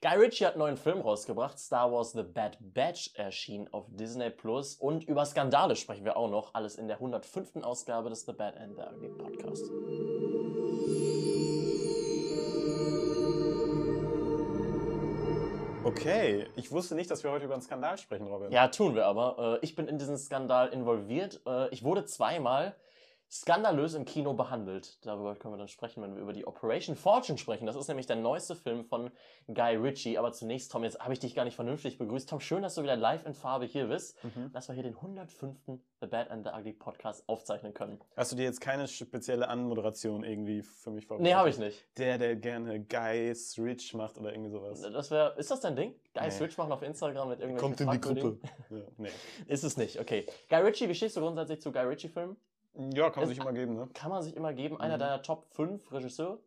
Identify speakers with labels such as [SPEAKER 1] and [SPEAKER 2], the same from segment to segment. [SPEAKER 1] Guy Ritchie hat einen neuen Film rausgebracht. Star Wars The Bad Batch erschien auf Disney Plus. Und über Skandale sprechen wir auch noch. Alles in der 105. Ausgabe des The Bad and the Ugly Podcast.
[SPEAKER 2] Okay, ich wusste nicht, dass wir heute über einen Skandal sprechen, Robin.
[SPEAKER 1] Ja, tun wir aber. Äh, Ich bin in diesen Skandal involviert. Äh, Ich wurde zweimal skandalös im Kino behandelt. Darüber können wir dann sprechen, wenn wir über die Operation Fortune sprechen. Das ist nämlich der neueste Film von Guy Ritchie. Aber zunächst, Tom, jetzt habe ich dich gar nicht vernünftig begrüßt. Tom, schön, dass du wieder live in Farbe hier bist.
[SPEAKER 2] Mhm.
[SPEAKER 1] Dass wir hier den 105. The Bad and the Ugly Podcast aufzeichnen können.
[SPEAKER 2] Hast du dir jetzt keine spezielle Anmoderation irgendwie für mich vorbereitet?
[SPEAKER 1] Nee, habe ich nicht.
[SPEAKER 2] Der, der gerne Guys Rich macht oder irgendwie sowas.
[SPEAKER 1] Das wär, ist das dein Ding? Guy
[SPEAKER 2] Nee.
[SPEAKER 1] Switch machen auf Instagram mit irgendwelchen
[SPEAKER 2] Kommt in die
[SPEAKER 1] fragwürdigen-
[SPEAKER 2] Gruppe. Ja, nee.
[SPEAKER 1] Ist es nicht, okay. Guy Ritchie, wie stehst du grundsätzlich zu Guy Ritchie-Filmen?
[SPEAKER 2] ja kann man
[SPEAKER 1] Es-
[SPEAKER 2] sich immer geben, ne?
[SPEAKER 1] kann man sich immer geben. Einer
[SPEAKER 2] Mhm.
[SPEAKER 1] deiner Top 5 Regisseure?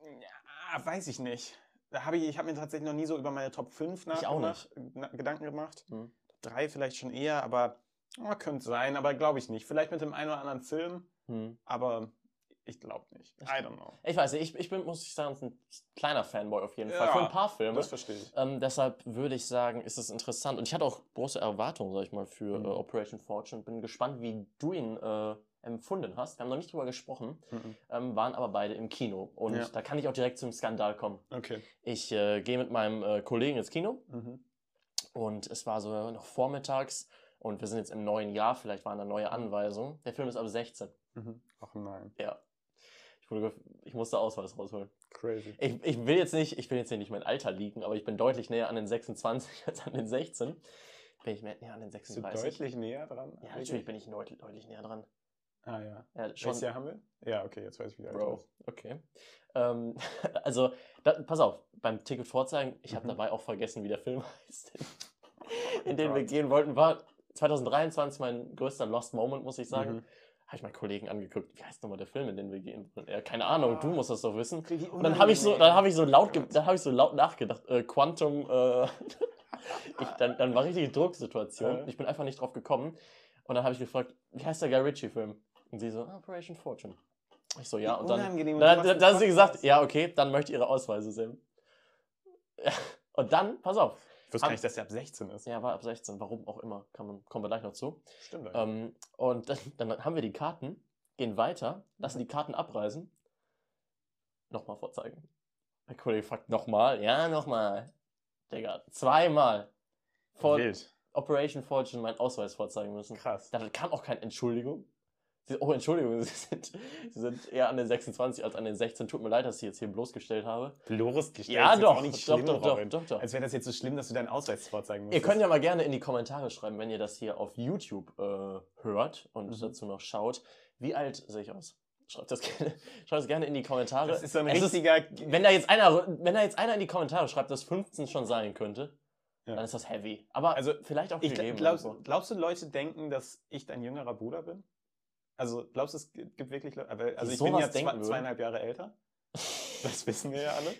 [SPEAKER 2] Ja, Ah, weiß ich nicht. Da hab ich ich habe mir tatsächlich noch nie so über meine Top 5
[SPEAKER 1] Ich auch
[SPEAKER 2] nachgemacht, na, Gedanken gemacht.
[SPEAKER 1] Mhm.
[SPEAKER 2] Drei vielleicht schon eher, aber ja, könnte sein, aber glaube ich nicht. Vielleicht mit dem einen oder anderen Film, aber ich glaube nicht. I don't know.
[SPEAKER 1] Ich weiß nicht, ich, ich bin, muss ich sagen, ein kleiner Fanboy auf jeden
[SPEAKER 2] Ja,
[SPEAKER 1] Fall. Für ein paar Filme.
[SPEAKER 2] Das verstehe ich.
[SPEAKER 1] Ähm, deshalb würde ich sagen, ist es interessant. Und ich hatte auch große Erwartungen, sag ich mal, für
[SPEAKER 2] Mhm.
[SPEAKER 1] äh, Operation Fortune. Bin gespannt, wie du ihn äh, empfunden hast. Wir haben noch nicht drüber gesprochen,
[SPEAKER 2] Mhm.
[SPEAKER 1] ähm, waren aber beide im Kino. Und
[SPEAKER 2] Ja.
[SPEAKER 1] da kann ich auch direkt zum Skandal kommen.
[SPEAKER 2] Okay.
[SPEAKER 1] Ich äh, gehe mit meinem äh, Kollegen ins Kino.
[SPEAKER 2] Mhm.
[SPEAKER 1] Und es war so noch vormittags. Und wir sind jetzt im neuen Jahr. Vielleicht waren da neue Anweisungen. Der Film ist ab 16.
[SPEAKER 2] Mhm. Ach nein,
[SPEAKER 1] Ja. Ich, wurde, gef- ich musste Ausweis rausholen.
[SPEAKER 2] crazy.
[SPEAKER 1] Ich, ich will jetzt nicht, ich will jetzt hier nicht mein Alter liegen, aber ich bin deutlich näher an den 26 als an den 16. Bin ich mehr näher an den
[SPEAKER 2] Bist du
[SPEAKER 1] 36.
[SPEAKER 2] deutlich näher dran?
[SPEAKER 1] ja, natürlich bin ich deut deutlich näher dran.
[SPEAKER 2] Ah ja.
[SPEAKER 1] Ja,
[SPEAKER 2] Schon.
[SPEAKER 1] schon.
[SPEAKER 2] Welches Jahr haben wir? Ja, okay, jetzt weiß ich wieder.
[SPEAKER 1] Bro, okay. Ähm, also, da, pass auf, beim Ticket vorzeigen, ich habe
[SPEAKER 2] Mhm.
[SPEAKER 1] dabei auch vergessen, wie der Film heißt, in
[SPEAKER 2] Oh
[SPEAKER 1] den wir
[SPEAKER 2] Gott.
[SPEAKER 1] gehen wollten. War 2023 mein größter Lost Moment, muss ich sagen.
[SPEAKER 2] Mhm.
[SPEAKER 1] Habe ich meinen Kollegen angeguckt, wie heißt nochmal der Film, in den wir gehen wollten? Ja, keine Ahnung, du
[SPEAKER 2] Ah.
[SPEAKER 1] musst das doch wissen.
[SPEAKER 2] Richtig
[SPEAKER 1] Und dann habe ich so, dann habe ich so laut, ge-
[SPEAKER 2] oh Gott.
[SPEAKER 1] dann habe ich so laut nachgedacht. Äh, Quantum, äh, ich, dann, dann war richtige Drucksituation.
[SPEAKER 2] Äh.
[SPEAKER 1] Ich bin einfach nicht drauf gekommen. Und dann habe ich gefragt, wie heißt der Guy Ritchie Film? Und sie so, Operation Fortune. Ich so, ja.
[SPEAKER 2] Wie
[SPEAKER 1] Und dann, dann,
[SPEAKER 2] unangenehm, du
[SPEAKER 1] dann,
[SPEAKER 2] machst einen
[SPEAKER 1] dann hat sie gesagt,
[SPEAKER 2] Podcast.
[SPEAKER 1] ja, okay, dann möchte ich ihre Ausweise sehen. Und dann, pass auf.
[SPEAKER 2] Ich wusste gar nicht, dass der ab 16 ist.
[SPEAKER 1] Ja, war ab 16, warum auch immer, kann man, kommen wir gleich noch zu.
[SPEAKER 2] Stimmt. eigentlich.
[SPEAKER 1] Ähm, und dann, dann haben wir die Karten, gehen weiter, lassen die Karten abreisen. Nochmal vorzeigen. Der Kollege fragt nochmal, ja, nochmal. Digga, zweimal. Vor
[SPEAKER 2] Wild.
[SPEAKER 1] Operation Fortune meinen Ausweis vorzeigen müssen.
[SPEAKER 2] Krass.
[SPEAKER 1] Dann kam auch keine Entschuldigung. Sie, oh, Entschuldigung, Sie sind, Sie sind eher an den 26 als an den 16. Tut mir leid, dass ich jetzt hier bloßgestellt habe.
[SPEAKER 2] Bloß gestellt.
[SPEAKER 1] ja,
[SPEAKER 2] ist jetzt
[SPEAKER 1] doch,
[SPEAKER 2] Auch nicht
[SPEAKER 1] doch,
[SPEAKER 2] schlimm,
[SPEAKER 1] doch, doch,
[SPEAKER 2] Robin. Also,
[SPEAKER 1] doch, doch.
[SPEAKER 2] Als wäre das jetzt so schlimm, dass du deinen Ausweis vorzeigen musst.
[SPEAKER 1] Ihr könnt ja mal gerne in die Kommentare schreiben, wenn ihr das hier auf YouTube äh, hört und
[SPEAKER 2] Mhm.
[SPEAKER 1] dazu noch schaut. Wie alt sehe ich aus? Schreibt das gerne, schreibt das gerne in die Kommentare.
[SPEAKER 2] Das ist so ein
[SPEAKER 1] Es
[SPEAKER 2] richtiger.
[SPEAKER 1] wenn, da jetzt einer, wenn da jetzt einer in die Kommentare schreibt, dass 15 schon sein könnte,
[SPEAKER 2] Ja.
[SPEAKER 1] dann ist das heavy. Aber also,
[SPEAKER 2] Also,
[SPEAKER 1] vielleicht auch
[SPEAKER 2] ich,
[SPEAKER 1] gegeben.
[SPEAKER 2] glaubst,
[SPEAKER 1] und so.
[SPEAKER 2] glaubst du, Leute denken, dass ich dein jüngerer Bruder bin? Also, glaubst du, es gibt wirklich Leute. aber- Also,
[SPEAKER 1] Die
[SPEAKER 2] ich bin
[SPEAKER 1] sowas
[SPEAKER 2] ja
[SPEAKER 1] denken
[SPEAKER 2] zwei,
[SPEAKER 1] würden?
[SPEAKER 2] zweieinhalb Jahre älter. Das wissen wir ja alle.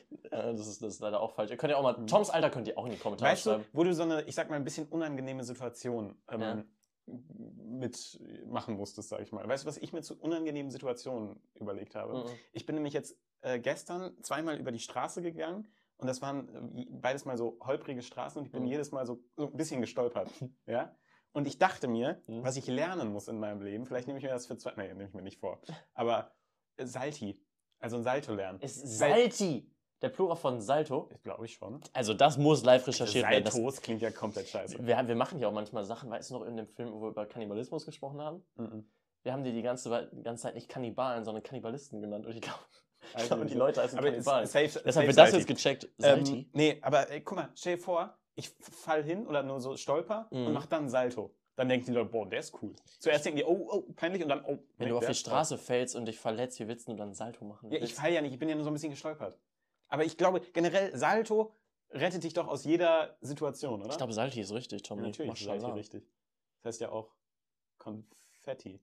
[SPEAKER 1] Äh, das, ist, das ist leider auch falsch. Ihr könnt ja auch mal,
[SPEAKER 2] Mhm.
[SPEAKER 1] Toms Alter könnt ihr auch in die Kommentare
[SPEAKER 2] Weißt
[SPEAKER 1] schreiben.
[SPEAKER 2] du, wo du so eine, ich sag mal, ein bisschen unangenehme Situation ähm,
[SPEAKER 1] Ja.
[SPEAKER 2] mitmachen musstest, sag ich mal. Weißt du, was ich mir zu unangenehmen Situationen überlegt habe?
[SPEAKER 1] Mhm.
[SPEAKER 2] Ich bin nämlich jetzt äh, gestern zweimal über die Straße gegangen und das waren äh, beides mal so holprige Straßen und ich bin
[SPEAKER 1] Mhm.
[SPEAKER 2] jedes Mal so, so ein bisschen gestolpert. ja? Und ich dachte mir,
[SPEAKER 1] Mhm.
[SPEAKER 2] was ich lernen muss in meinem Leben, vielleicht nehme ich mir das für zwei, nee, nehme ich mir nicht vor, aber äh, Salti, also ein Salto lernen.
[SPEAKER 1] Es ist
[SPEAKER 2] Weil-
[SPEAKER 1] Salti, der Plural von Salto.
[SPEAKER 2] Ich glaube ich schon.
[SPEAKER 1] Also das muss live recherchiert werden. Das,
[SPEAKER 2] Saltos klingt ja komplett scheiße.
[SPEAKER 1] wir, wir machen ja auch manchmal Sachen, weißt du noch, in dem Film, wo wir über Kannibalismus gesprochen haben?
[SPEAKER 2] Mhm.
[SPEAKER 1] Wir haben die die ganze, Wei- die ganze Zeit nicht Kannibalen, sondern Kannibalisten genannt. Und ich glaube, ich
[SPEAKER 2] Also
[SPEAKER 1] glaube die
[SPEAKER 2] nicht.
[SPEAKER 1] Leute heißen
[SPEAKER 2] Aber es-
[SPEAKER 1] Kannibalen.
[SPEAKER 2] safe,
[SPEAKER 1] Deshalb
[SPEAKER 2] safe
[SPEAKER 1] wird das
[SPEAKER 2] Salty.
[SPEAKER 1] jetzt gecheckt.
[SPEAKER 2] Ähm,
[SPEAKER 1] Salty.
[SPEAKER 2] nee, aber ey, guck mal, stell dir vor, ich f- fall hin oder nur so stolper
[SPEAKER 1] Mhm.
[SPEAKER 2] und mach dann einen Salto. Dann denken die Leute, boah, der ist cool. Zuerst denken die, oh, oh, peinlich und dann, oh.
[SPEAKER 1] Wenn
[SPEAKER 2] nee,
[SPEAKER 1] du auf
[SPEAKER 2] der
[SPEAKER 1] die
[SPEAKER 2] ist
[SPEAKER 1] Straße fällst und dich verletzt, wie willst du dann ein Salto machen?
[SPEAKER 2] toll. Ja, ich
[SPEAKER 1] Willst-
[SPEAKER 2] fall ja nicht, ich bin ja nur so ein bisschen gestolpert. Aber ich glaube, generell, Salto rettet dich doch aus jeder Situation, oder?
[SPEAKER 1] ich glaube, Salty ist richtig, Tommy. Mach
[SPEAKER 2] ja, ne? natürlich ist
[SPEAKER 1] schon
[SPEAKER 2] Salti
[SPEAKER 1] Salat.
[SPEAKER 2] richtig. Das heißt ja auch Konfetti.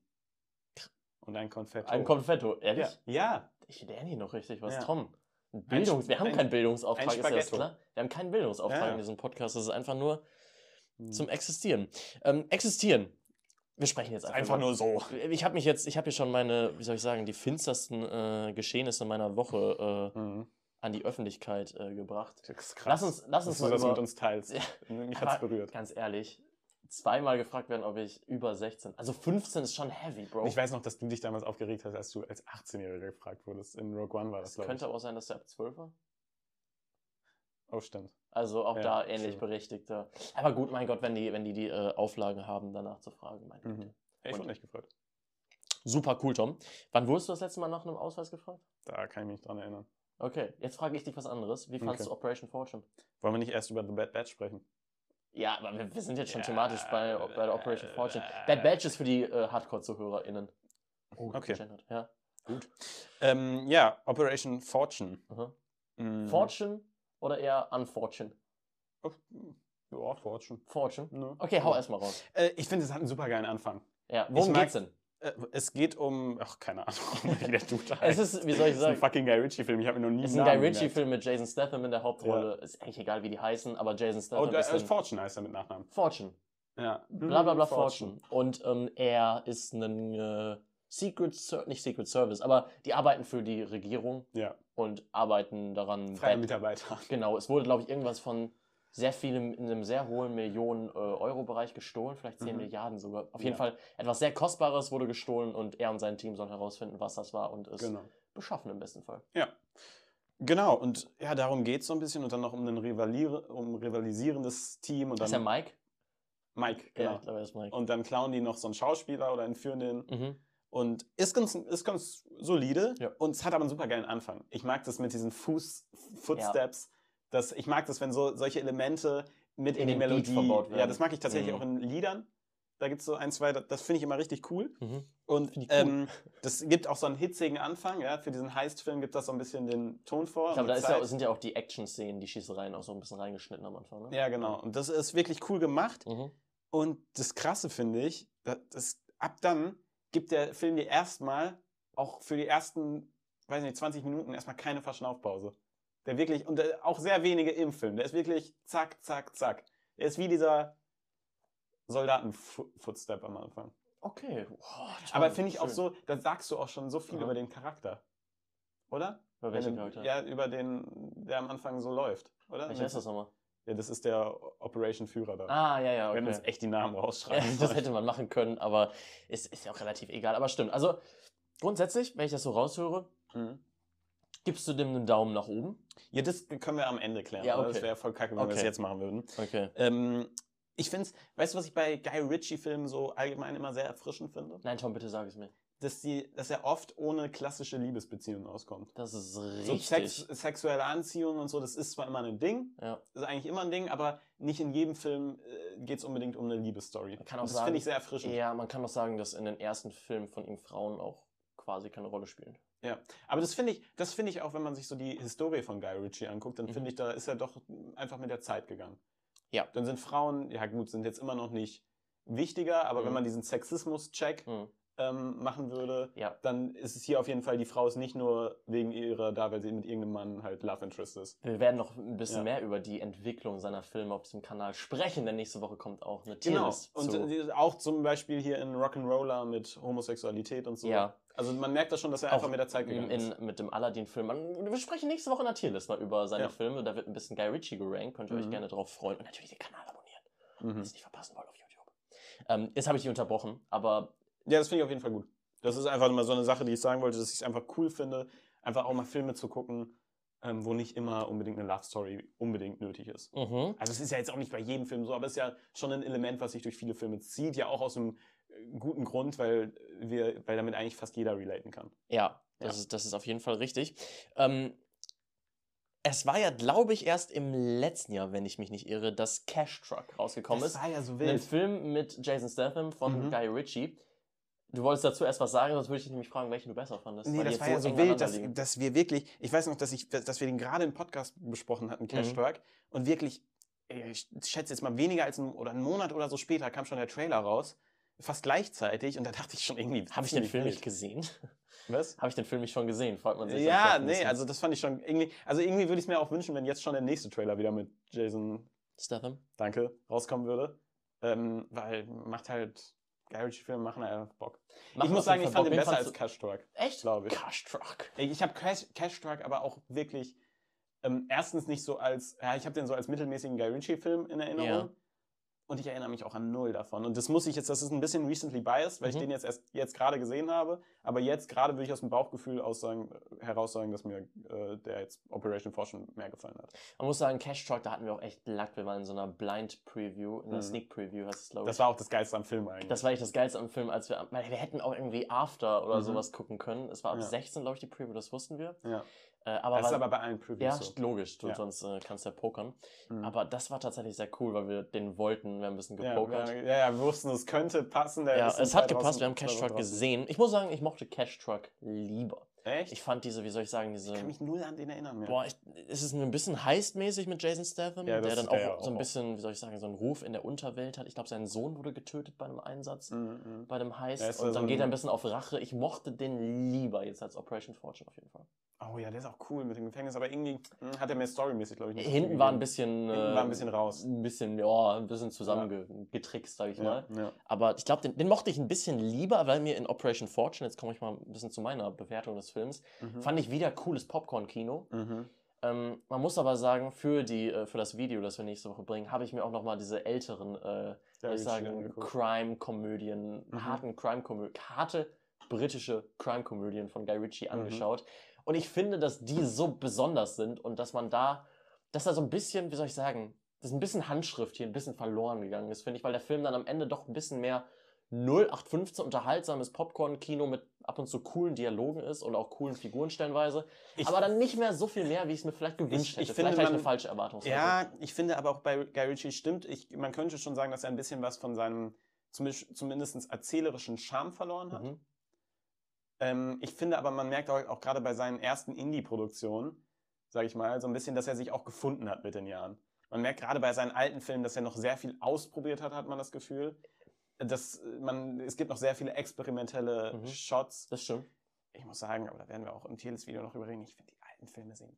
[SPEAKER 2] Und ein Konfetto.
[SPEAKER 1] Ein Konfetto, ehrlich?
[SPEAKER 2] ja. ja,
[SPEAKER 1] Ich lerne hier noch richtig was,
[SPEAKER 2] Ja.
[SPEAKER 1] Tom. Ein Bildungs
[SPEAKER 2] Sp-
[SPEAKER 1] wir haben
[SPEAKER 2] ein-
[SPEAKER 1] keinen Bildungsauftrag,
[SPEAKER 2] ein
[SPEAKER 1] ist ja das
[SPEAKER 2] Spaghetto.
[SPEAKER 1] klar. Wir haben keinen Bildungsauftrag
[SPEAKER 2] Ja.
[SPEAKER 1] in diesem Podcast. Das ist einfach nur
[SPEAKER 2] Hm.
[SPEAKER 1] zum Existieren. Ähm, existieren. Wir sprechen jetzt
[SPEAKER 2] Ist
[SPEAKER 1] einfach,
[SPEAKER 2] einfach
[SPEAKER 1] mal-
[SPEAKER 2] nur so.
[SPEAKER 1] Ich habe mich jetzt, ich habe hier schon meine, wie soll ich sagen, die finstersten äh, Geschehnisse meiner Woche äh,
[SPEAKER 2] Mhm.
[SPEAKER 1] an die Öffentlichkeit äh, gebracht.
[SPEAKER 2] Das ist krass.
[SPEAKER 1] Lass uns, lass uns
[SPEAKER 2] dass du
[SPEAKER 1] mal
[SPEAKER 2] das mit
[SPEAKER 1] über,
[SPEAKER 2] uns teilst.
[SPEAKER 1] Ja.
[SPEAKER 2] Mich
[SPEAKER 1] Aber
[SPEAKER 2] hat's berührt.
[SPEAKER 1] ganz ehrlich, zweimal gefragt werden, ob ich über 16, also 15 ist schon heavy, Bro.
[SPEAKER 2] Ich weiß noch, dass du dich damals aufgeregt hast, als du als 18-Jähriger gefragt wurdest. In Rogue One war das,
[SPEAKER 1] es
[SPEAKER 2] glaube ich.
[SPEAKER 1] könnte aber auch sein, dass der ab 12 war.
[SPEAKER 2] Oh, stimmt.
[SPEAKER 1] Also auch
[SPEAKER 2] Ja,
[SPEAKER 1] da ähnlich
[SPEAKER 2] stimmt.
[SPEAKER 1] berechtigter. Aber gut, mein Gott, wenn die, wenn die die äh, Auflagen haben, danach zu fragen. Mein Gott.
[SPEAKER 2] Mhm. Ich
[SPEAKER 1] Und-
[SPEAKER 2] wurde nicht gefreut.
[SPEAKER 1] Super cool, Tom. Wann wurdest du das letzte Mal nach einem Ausweis gefragt?
[SPEAKER 2] Da kann ich mich dran erinnern.
[SPEAKER 1] Okay, jetzt frage ich dich was anderes. Wie fandst
[SPEAKER 2] Okay.
[SPEAKER 1] du Operation Fortune?
[SPEAKER 2] Wollen wir nicht erst über The Bad Batch sprechen?
[SPEAKER 1] Ja, aber wir, wir sind jetzt schon
[SPEAKER 2] Ja,
[SPEAKER 1] thematisch bei, bei der Operation
[SPEAKER 2] äh,
[SPEAKER 1] Fortune.
[SPEAKER 2] äh,
[SPEAKER 1] Bad Badge ist für die äh, Hardcore-ZuhörerInnen. Oh,
[SPEAKER 2] Okay.
[SPEAKER 1] gegendert, Ja.
[SPEAKER 2] Ähm, ja, Operation Fortune.
[SPEAKER 1] Mhm.
[SPEAKER 2] Mhm.
[SPEAKER 1] Fortune oder eher Unfortune?
[SPEAKER 2] Oh, Ja, Fortune.
[SPEAKER 1] Fortune.
[SPEAKER 2] Ne?
[SPEAKER 1] Okay, hau erstmal raus.
[SPEAKER 2] Äh, ich finde, es hat einen super geilen Anfang.
[SPEAKER 1] Ja, worum
[SPEAKER 2] mag-
[SPEAKER 1] geht's denn?
[SPEAKER 2] Äh, es geht um. Ach, keine Ahnung, wie der Dude
[SPEAKER 1] Es
[SPEAKER 2] heißt.
[SPEAKER 1] ist, wie soll ich
[SPEAKER 2] Es ist ein
[SPEAKER 1] sagen,
[SPEAKER 2] fucking Guy Ritchie-Film. Ich habe mir noch nie
[SPEAKER 1] es ist ein
[SPEAKER 2] einen Namen
[SPEAKER 1] Guy
[SPEAKER 2] gemerkt.
[SPEAKER 1] Ritchie-Film mit Jason Statham in der Hauptrolle. Ist eigentlich egal, wie die heißen, aber Jason Statham
[SPEAKER 2] Oh, da,
[SPEAKER 1] ist
[SPEAKER 2] äh,
[SPEAKER 1] ein
[SPEAKER 2] Fortune heißt er Mhm, mit Nachnamen.
[SPEAKER 1] Fortune.
[SPEAKER 2] Ja.
[SPEAKER 1] Bla bla bla Fortune. Und ähm, er ist ein äh, Secret Service, nicht Secret Service, aber die arbeiten für die Regierung
[SPEAKER 2] Ja.
[SPEAKER 1] und arbeiten daran.
[SPEAKER 2] Freier
[SPEAKER 1] Bad-
[SPEAKER 2] Mitarbeiter.
[SPEAKER 1] Genau, es wurde, glaube ich, irgendwas von sehr vielem, in einem sehr hohen Millionen-Euro-Bereich gestohlen, vielleicht 10
[SPEAKER 2] Mhm.
[SPEAKER 1] Milliarden sogar. Auf jeden
[SPEAKER 2] Ja.
[SPEAKER 1] Fall etwas sehr Kostbares wurde gestohlen und er und sein Team sollen herausfinden, was das war und es
[SPEAKER 2] Genau.
[SPEAKER 1] beschaffen im besten Fall.
[SPEAKER 2] Genau, und ja, darum geht es so ein bisschen und dann noch um ein Rivalier um ein rivalisierendes Team und
[SPEAKER 1] Das ist ja
[SPEAKER 2] dann
[SPEAKER 1] Mike.
[SPEAKER 2] Mike,
[SPEAKER 1] Ja,
[SPEAKER 2] genau.
[SPEAKER 1] ich glaube, er ist Mike.
[SPEAKER 2] Und dann klauen die noch so einen Schauspieler oder einen führenden
[SPEAKER 1] Mhm.
[SPEAKER 2] und ist ganz, ist ganz solide
[SPEAKER 1] Ja.
[SPEAKER 2] und es hat aber einen super geilen Anfang. Ich mag das mit diesen Fuß, Footsteps, das, ich mag das, wenn so solche Elemente mit in,
[SPEAKER 1] In
[SPEAKER 2] die
[SPEAKER 1] den Beat
[SPEAKER 2] Melodie
[SPEAKER 1] verbaut
[SPEAKER 2] Ja,
[SPEAKER 1] werden.
[SPEAKER 2] das mag ich tatsächlich
[SPEAKER 1] Mhm.
[SPEAKER 2] auch in Liedern. Da gibt es so ein, zwei, das, das finde ich immer richtig cool.
[SPEAKER 1] Mhm.
[SPEAKER 2] Und
[SPEAKER 1] Finde ich cool.
[SPEAKER 2] ähm, das gibt auch so einen hitzigen Anfang, ja. Für diesen Heist-Film gibt das so ein bisschen den Ton vor.
[SPEAKER 1] Ich glaube, da
[SPEAKER 2] und
[SPEAKER 1] ist
[SPEAKER 2] Zeit.
[SPEAKER 1] ja, sind ja auch die Action-Szenen, die Schießereien auch so ein bisschen reingeschnitten am Anfang. Ne?
[SPEAKER 2] Ja, genau. Und das ist wirklich cool gemacht.
[SPEAKER 1] Mhm.
[SPEAKER 2] Und das Krasse finde ich, da- das, ab dann gibt der Film dir erstmal auch für die ersten, weiß nicht, 20 Minuten erstmal keine Verschnaufpause. Der wirklich, und äh, auch sehr wenige im Film. Der ist wirklich zack, zack, zack. Der ist wie dieser Soldaten-Footstep am Anfang.
[SPEAKER 1] Okay. Boah, toll,
[SPEAKER 2] Aber finde ich auch
[SPEAKER 1] schön.
[SPEAKER 2] so, da sagst du auch schon so viel
[SPEAKER 1] Ja.
[SPEAKER 2] über den Charakter. Oder?
[SPEAKER 1] Über welchen
[SPEAKER 2] Wenn du-
[SPEAKER 1] Charakter?
[SPEAKER 2] Ja, über den, der am Anfang so läuft, oder?
[SPEAKER 1] Welcher ist das nochmal?
[SPEAKER 2] Ja, das ist der Operation-Führer da.
[SPEAKER 1] Ah, ja, ja,
[SPEAKER 2] Wir haben
[SPEAKER 1] okay.
[SPEAKER 2] uns echt die Namen rausschreiben.
[SPEAKER 1] das hätte man machen können, aber es ist ja auch relativ egal. Aber stimmt. Also grundsätzlich, wenn ich das so raushöre,
[SPEAKER 2] Mhm.
[SPEAKER 1] gibst du dem einen Daumen nach oben.
[SPEAKER 2] Ja, das können wir am Ende klären.
[SPEAKER 1] Ja,
[SPEAKER 2] oder?
[SPEAKER 1] okay.
[SPEAKER 2] Das wäre voll kacke, wenn wir das
[SPEAKER 1] Okay.
[SPEAKER 2] jetzt machen würden.
[SPEAKER 1] Okay.
[SPEAKER 2] Ähm, ich finde es, weißt du, was ich bei Guy Ritchie-Filmen so allgemein immer sehr erfrischend finde?
[SPEAKER 1] Nein, Tom, bitte sag es mir.
[SPEAKER 2] Dass, die, dass er oft ohne klassische Liebesbeziehungen auskommt.
[SPEAKER 1] Das ist
[SPEAKER 2] So
[SPEAKER 1] richtig.
[SPEAKER 2] Sex, sexuelle Anziehung und so, das ist zwar immer ein Ding,
[SPEAKER 1] Ja.
[SPEAKER 2] ist eigentlich immer ein Ding, aber nicht in jedem Film äh, geht es unbedingt um eine Liebesstory.
[SPEAKER 1] Man kann auch
[SPEAKER 2] Und das
[SPEAKER 1] sagen,
[SPEAKER 2] finde ich sehr erfrischend.
[SPEAKER 1] ja, man kann auch sagen, dass in den ersten Filmen von ihm Frauen auch quasi keine Rolle spielen.
[SPEAKER 2] Aber das finde ich, das finde ich auch, wenn man sich so die Historie von Guy Ritchie anguckt, dann
[SPEAKER 1] Mhm.
[SPEAKER 2] finde ich, da ist er doch einfach mit der Zeit gegangen.
[SPEAKER 1] Ja.
[SPEAKER 2] Dann sind Frauen, ja gut, sind jetzt immer noch nicht wichtiger, aber
[SPEAKER 1] Mhm.
[SPEAKER 2] wenn man diesen Sexismus-Check
[SPEAKER 1] Hm.
[SPEAKER 2] ähm, machen würde,
[SPEAKER 1] Ja.
[SPEAKER 2] dann ist es hier auf jeden Fall, die Frau ist nicht nur wegen ihrer da, weil sie mit irgendeinem Mann halt Love Interest ist.
[SPEAKER 1] Wir werden noch ein bisschen
[SPEAKER 2] Ja.
[SPEAKER 1] mehr über die Entwicklung seiner Filme auf diesem Kanal sprechen, denn nächste Woche kommt auch eine
[SPEAKER 2] Genau.
[SPEAKER 1] Tierlist
[SPEAKER 2] Und
[SPEAKER 1] zu.
[SPEAKER 2] äh, auch zum Beispiel hier in Rock'n'Roller mit Homosexualität und so.
[SPEAKER 1] ja,
[SPEAKER 2] Also man merkt das schon, dass er
[SPEAKER 1] Auch
[SPEAKER 2] einfach mit der Zeit gegangen ist.
[SPEAKER 1] in, mit dem Aladdin-Film. Man- Wir sprechen nächste Woche in der Tierlist mal über seine
[SPEAKER 2] Ja.
[SPEAKER 1] Filme. Da wird ein bisschen Guy Ritchie gerankt. Könnt ihr euch
[SPEAKER 2] Mhm.
[SPEAKER 1] gerne drauf freuen. Und natürlich den Kanal abonnieren, wenn ihr
[SPEAKER 2] Mhm.
[SPEAKER 1] es nicht verpassen wollt auf YouTube. Ähm, jetzt habe ich die unterbrochen, aber
[SPEAKER 2] Ja, das finde ich auf jeden Fall gut. Das ist einfach mal so eine Sache, die ich sagen wollte, dass ich es einfach cool finde, einfach auch mal Filme zu gucken, ähm, wo nicht immer unbedingt eine Love Story unbedingt nötig ist.
[SPEAKER 1] mhm.
[SPEAKER 2] Also es ist ja jetzt auch nicht bei jedem Film so, aber es ist ja schon ein Element, was sich durch viele Filme zieht, ja auch aus einem äh, guten Grund, weil wir, weil damit eigentlich fast jeder relaten kann.
[SPEAKER 1] ja, das,
[SPEAKER 2] Ja.
[SPEAKER 1] Ist, das ist auf jeden Fall richtig. Ähm, es war ja, glaube ich, erst im letzten Jahr, wenn ich mich nicht irre, dass Cash Truck rausgekommen ist.
[SPEAKER 2] war ja so
[SPEAKER 1] Ein Film mit Jason Statham von
[SPEAKER 2] Mhm.
[SPEAKER 1] Guy Ritchie. Du wolltest dazu erst was sagen, sonst würde ich dich nämlich fragen, welchen du besser fandest.
[SPEAKER 2] Nee,
[SPEAKER 1] weil die
[SPEAKER 2] das
[SPEAKER 1] jetzt
[SPEAKER 2] war ja so
[SPEAKER 1] eng
[SPEAKER 2] wild, dass,
[SPEAKER 1] aneinanderliegen.
[SPEAKER 2] dass wir wirklich, ich weiß noch, dass, ich, dass wir den gerade im Podcast besprochen hatten, Cash
[SPEAKER 1] Mhm.
[SPEAKER 2] Truck, und wirklich, ey, ich schätze jetzt mal weniger als ein, oder einen Monat oder so später kam schon der Trailer raus, fast gleichzeitig, und da dachte ich schon irgendwie.
[SPEAKER 1] Habe ich den Film nicht gesehen?
[SPEAKER 2] Was?
[SPEAKER 1] Habe ich den Film nicht schon gesehen? Fragt man sich. dann
[SPEAKER 2] Ja,
[SPEAKER 1] vielleicht ein
[SPEAKER 2] nee,
[SPEAKER 1] bisschen.
[SPEAKER 2] also das fand ich schon irgendwie, also irgendwie würde ich es mir auch wünschen, wenn jetzt schon der nächste Trailer wieder mit Jason,
[SPEAKER 1] Statham?
[SPEAKER 2] danke, rauskommen würde, ähm, weil macht halt, Garage Filme machen halt einfach Bock.
[SPEAKER 1] Macht
[SPEAKER 2] ich muss
[SPEAKER 1] auf
[SPEAKER 2] sagen, ich
[SPEAKER 1] jeden
[SPEAKER 2] fand
[SPEAKER 1] Fall
[SPEAKER 2] den
[SPEAKER 1] Bock.
[SPEAKER 2] besser
[SPEAKER 1] Wen
[SPEAKER 2] als
[SPEAKER 1] fandst
[SPEAKER 2] Cash Truck,
[SPEAKER 1] du- Echt?
[SPEAKER 2] glaube ich.
[SPEAKER 1] Cash Truck.
[SPEAKER 2] Ey, Ich habe Cash, Cash Truck aber auch wirklich ähm, erstens nicht so als, ja, ich habe den so als mittelmäßigen Guy Ritchie-Film in Erinnerung.
[SPEAKER 1] Ja.
[SPEAKER 2] Und ich erinnere mich auch an null davon. Und das muss ich jetzt, das ist ein bisschen recently biased, weil ich
[SPEAKER 1] Mhm.
[SPEAKER 2] den jetzt erst jetzt gerade gesehen habe. Aber jetzt gerade würde ich aus dem Bauchgefühl aussagen, heraus sagen, dass mir äh, der jetzt Operation Fortune mehr gefallen hat.
[SPEAKER 1] Man muss sagen, Cash Truck, da hatten wir auch echt Lack. Wir waren in so einer Blind Preview, in einer
[SPEAKER 2] Mhm.
[SPEAKER 1] Sneak Preview, heißt es, glaube ich.
[SPEAKER 2] Das war auch das Geilste am Film eigentlich.
[SPEAKER 1] Das war echt das Geilste am Film, als wir, am- weil wir hätten auch irgendwie After oder
[SPEAKER 2] Mhm.
[SPEAKER 1] sowas gucken können. Es war ab
[SPEAKER 2] Ja.
[SPEAKER 1] 16, glaube ich, die Preview, das wussten wir.
[SPEAKER 2] ja.
[SPEAKER 1] Äh, aber
[SPEAKER 2] das ist
[SPEAKER 1] war-
[SPEAKER 2] aber bei allen Previews
[SPEAKER 1] ja,
[SPEAKER 2] so.
[SPEAKER 1] logisch, du,
[SPEAKER 2] Ja.
[SPEAKER 1] sonst äh, kannst du ja pokern.
[SPEAKER 2] Mhm.
[SPEAKER 1] Aber das war tatsächlich sehr cool, weil wir den wollten, wir haben ein bisschen
[SPEAKER 2] ja,
[SPEAKER 1] gepokert.
[SPEAKER 2] ja, ja, wir wussten, es könnte passen. Der
[SPEAKER 1] Ja,
[SPEAKER 2] ist
[SPEAKER 1] es
[SPEAKER 2] in
[SPEAKER 1] hat gepasst,
[SPEAKER 2] 2000
[SPEAKER 1] wir haben Cash Truck
[SPEAKER 2] 2000.
[SPEAKER 1] gesehen. Ich muss sagen, ich mochte Cash Truck lieber.
[SPEAKER 2] Echt?
[SPEAKER 1] Ich
[SPEAKER 2] Ich
[SPEAKER 1] fand diese, wie soll ich sagen, diese.
[SPEAKER 2] kann mich null an den erinnern. Mehr.
[SPEAKER 1] boah, ich, ist es ein bisschen heistmäßig mit Jason Statham,
[SPEAKER 2] Ja, das
[SPEAKER 1] der dann
[SPEAKER 2] ist
[SPEAKER 1] auch
[SPEAKER 2] der ja
[SPEAKER 1] so ein
[SPEAKER 2] auch.
[SPEAKER 1] bisschen, wie soll ich sagen, so einen Ruf in der Unterwelt hat. Ich glaube, sein Sohn wurde getötet bei einem Einsatz,
[SPEAKER 2] Mhm, mhm.
[SPEAKER 1] bei einem Heist.
[SPEAKER 2] Ja, ist
[SPEAKER 1] und
[SPEAKER 2] da
[SPEAKER 1] dann
[SPEAKER 2] so
[SPEAKER 1] geht er ein
[SPEAKER 2] ein-
[SPEAKER 1] bisschen auf Rache. Ich mochte den lieber jetzt als Operation Fortune auf jeden Fall.
[SPEAKER 2] Oh ja, der ist auch cool mit dem Gefängnis, aber irgendwie mh, hat er mir storymäßig, glaube ich, nicht so viel
[SPEAKER 1] Hinten war ein
[SPEAKER 2] gegeben.
[SPEAKER 1] bisschen. äh,
[SPEAKER 2] Hinten war ein bisschen raus.
[SPEAKER 1] Ein bisschen, ja, ein bisschen zusammengetrickst, sage ich mal.
[SPEAKER 2] Ja, ja.
[SPEAKER 1] Aber ich glaube, den, den mochte ich ein bisschen lieber, weil mir in Operation Fortune, jetzt komme ich mal ein bisschen zu meiner Bewertung des Films,
[SPEAKER 2] Mhm.
[SPEAKER 1] fand ich wieder cooles Popcorn-Kino.
[SPEAKER 2] Mhm.
[SPEAKER 1] Ähm, man muss aber sagen, für, die, äh, für das Video, das wir nächste Woche bringen, habe ich mir auch nochmal diese älteren, äh, soll
[SPEAKER 2] Ja,
[SPEAKER 1] ich
[SPEAKER 2] hab schon
[SPEAKER 1] sagen,
[SPEAKER 2] angeguckt.
[SPEAKER 1] Crime-Komödien,
[SPEAKER 2] Mhm.
[SPEAKER 1] harten Crime-Komödien, harte britische Crime-Komödien von Guy Ritchie
[SPEAKER 2] Mhm.
[SPEAKER 1] angeschaut. Und ich finde, dass die so besonders sind und dass man da, dass da so ein bisschen, wie soll ich sagen, dass ein bisschen Handschrift hier ein bisschen verloren gegangen ist, finde ich, weil der Film dann am Ende doch ein bisschen mehr 0815 unterhaltsames Popcorn-Kino mit ab und zu coolen Dialogen ist und auch coolen Figuren stellenweise
[SPEAKER 2] Ich-
[SPEAKER 1] aber dann nicht mehr so viel mehr, wie ich es mir vielleicht gewünscht
[SPEAKER 2] Ich- ich
[SPEAKER 1] hätte.
[SPEAKER 2] finde,
[SPEAKER 1] vielleicht habe ich
[SPEAKER 2] man-
[SPEAKER 1] eine falsche Erwartungshaltung.
[SPEAKER 2] Ja, ich finde aber auch bei Guy Ritchie stimmt, ich, man könnte schon sagen, dass er ein bisschen was von seinem zumindest erzählerischen Charme verloren hat.
[SPEAKER 1] Mhm.
[SPEAKER 2] Ähm, ich finde aber, man merkt auch, auch gerade bei seinen ersten Indie-Produktionen, sage ich mal, so ein bisschen, dass er sich auch gefunden hat mit den Jahren. Man merkt gerade bei seinen alten Filmen, dass er noch sehr viel ausprobiert hat, hat man das Gefühl. Dass äh, man, es gibt noch sehr viele experimentelle
[SPEAKER 1] Mhm.
[SPEAKER 2] Shots.
[SPEAKER 1] Das stimmt.
[SPEAKER 2] Ich muss sagen, aber da werden wir auch im Tieles-Video noch überreden. Ich finde die alten Filme sehen.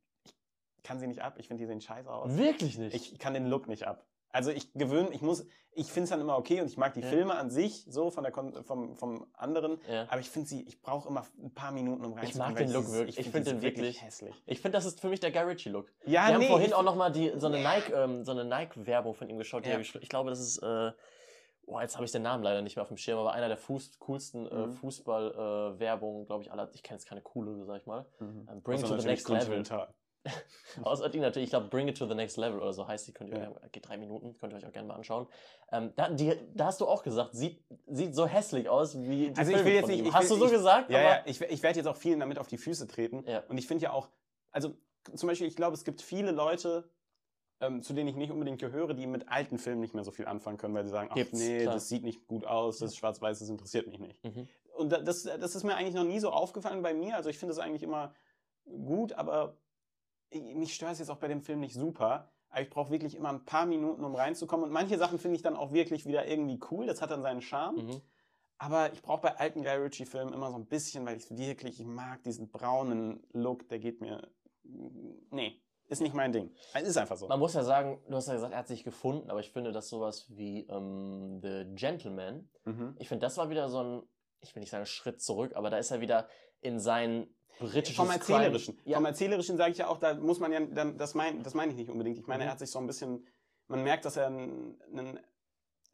[SPEAKER 2] Ich kann sie nicht ab, ich finde, die sehen scheiße aus.
[SPEAKER 1] Wirklich nicht.
[SPEAKER 2] Ich kann den Look nicht ab. Also ich gewöhne, ich muss, ich finde es dann immer okay und ich mag die
[SPEAKER 1] Ja.
[SPEAKER 2] Filme an sich so von der Kon vom, vom anderen,
[SPEAKER 1] ja.
[SPEAKER 2] aber ich finde sie, ich brauche immer ein paar Minuten, um reinzukommen.
[SPEAKER 1] mag
[SPEAKER 2] weil
[SPEAKER 1] den Look
[SPEAKER 2] dieses-
[SPEAKER 1] wirklich. Ich find
[SPEAKER 2] dieses
[SPEAKER 1] den wirklich-
[SPEAKER 2] hässlich.
[SPEAKER 1] Ich finde, das ist für mich der Guy Ritchie-Look.
[SPEAKER 2] Ja,
[SPEAKER 1] Wir haben
[SPEAKER 2] Ah, nee,
[SPEAKER 1] vorhin
[SPEAKER 2] ich-
[SPEAKER 1] auch nochmal so eine Nike, ähm, so eine Nike-Werbung von ihm geschaut. Die
[SPEAKER 2] Ja.
[SPEAKER 1] er gesch- ich glaube, das ist, äh, oh, jetzt habe ich den Namen leider nicht mehr auf dem Schirm, aber einer der Fuß coolsten äh,
[SPEAKER 2] Mhm.
[SPEAKER 1] Fußball-Werbungen, glaube ich, aller. Ich kenne jetzt keine coole, sag ich mal.
[SPEAKER 2] Mhm.
[SPEAKER 1] Ähm, Bring to
[SPEAKER 2] Außer
[SPEAKER 1] the
[SPEAKER 2] natürlich
[SPEAKER 1] next level.
[SPEAKER 2] Continental.
[SPEAKER 1] Außer die natürlich, ich glaube, Bring It to the Next Level oder so heißt die, könnt ihr,
[SPEAKER 2] Ja.
[SPEAKER 1] äh, geht drei Minuten, könnt ihr euch auch gerne mal anschauen. Ähm, da, die, da hast du auch gesagt, sieht, sieht so hässlich aus wie die
[SPEAKER 2] Also ich
[SPEAKER 1] Filme
[SPEAKER 2] will jetzt
[SPEAKER 1] von
[SPEAKER 2] nicht-
[SPEAKER 1] ihm.
[SPEAKER 2] ich
[SPEAKER 1] hast
[SPEAKER 2] will-
[SPEAKER 1] du so
[SPEAKER 2] ich-
[SPEAKER 1] gesagt?
[SPEAKER 2] Ja,
[SPEAKER 1] aber,
[SPEAKER 2] ja, ich, we- ich werde jetzt auch vielen damit auf die Füße treten.
[SPEAKER 1] Ja.
[SPEAKER 2] Und ich finde ja auch, also zum Beispiel, ich glaube, es gibt viele Leute, ähm, zu denen ich nicht unbedingt gehöre, die mit alten Filmen nicht mehr so viel anfangen können, weil sie sagen, ach
[SPEAKER 1] Gibt's,
[SPEAKER 2] nee,
[SPEAKER 1] klar.
[SPEAKER 2] das sieht nicht gut aus, das ist schwarz-weiß, das interessiert mich nicht.
[SPEAKER 1] Mhm.
[SPEAKER 2] Und da- das, das ist mir eigentlich noch nie so aufgefallen bei mir. Also ich finde es eigentlich immer gut, aber ich- mich stört es jetzt auch bei dem Film nicht super. Aber ich brauche wirklich immer ein paar Minuten, um reinzukommen. Und manche Sachen finde ich dann auch wirklich wieder irgendwie cool. Das hat dann seinen Charme.
[SPEAKER 1] Mhm.
[SPEAKER 2] Aber ich brauche bei alten Guy Ritchie-Filmen immer so ein bisschen, weil ich wirklich, ich mag diesen braunen Look, der geht mir. Nee, ist nicht mein Ding. Also Ist einfach so.
[SPEAKER 1] Man muss ja sagen, du hast ja gesagt, er hat sich gefunden, aber ich finde, dass sowas wie ähm, The Gentleman,
[SPEAKER 2] Mhm.
[SPEAKER 1] ich finde, das war wieder so ein, ich will nicht sagen Schritt zurück, aber da ist er wieder in sein britisches
[SPEAKER 2] Vom
[SPEAKER 1] Crime-
[SPEAKER 2] Erzählerischen.
[SPEAKER 1] Ja,
[SPEAKER 2] Vom Erzählerischen sage ich ja auch, da muss man ja, dann- das meine das mein ich nicht unbedingt. Ich meine,
[SPEAKER 1] Mhm.
[SPEAKER 2] er hat sich so ein bisschen, man merkt, dass er ein, ein,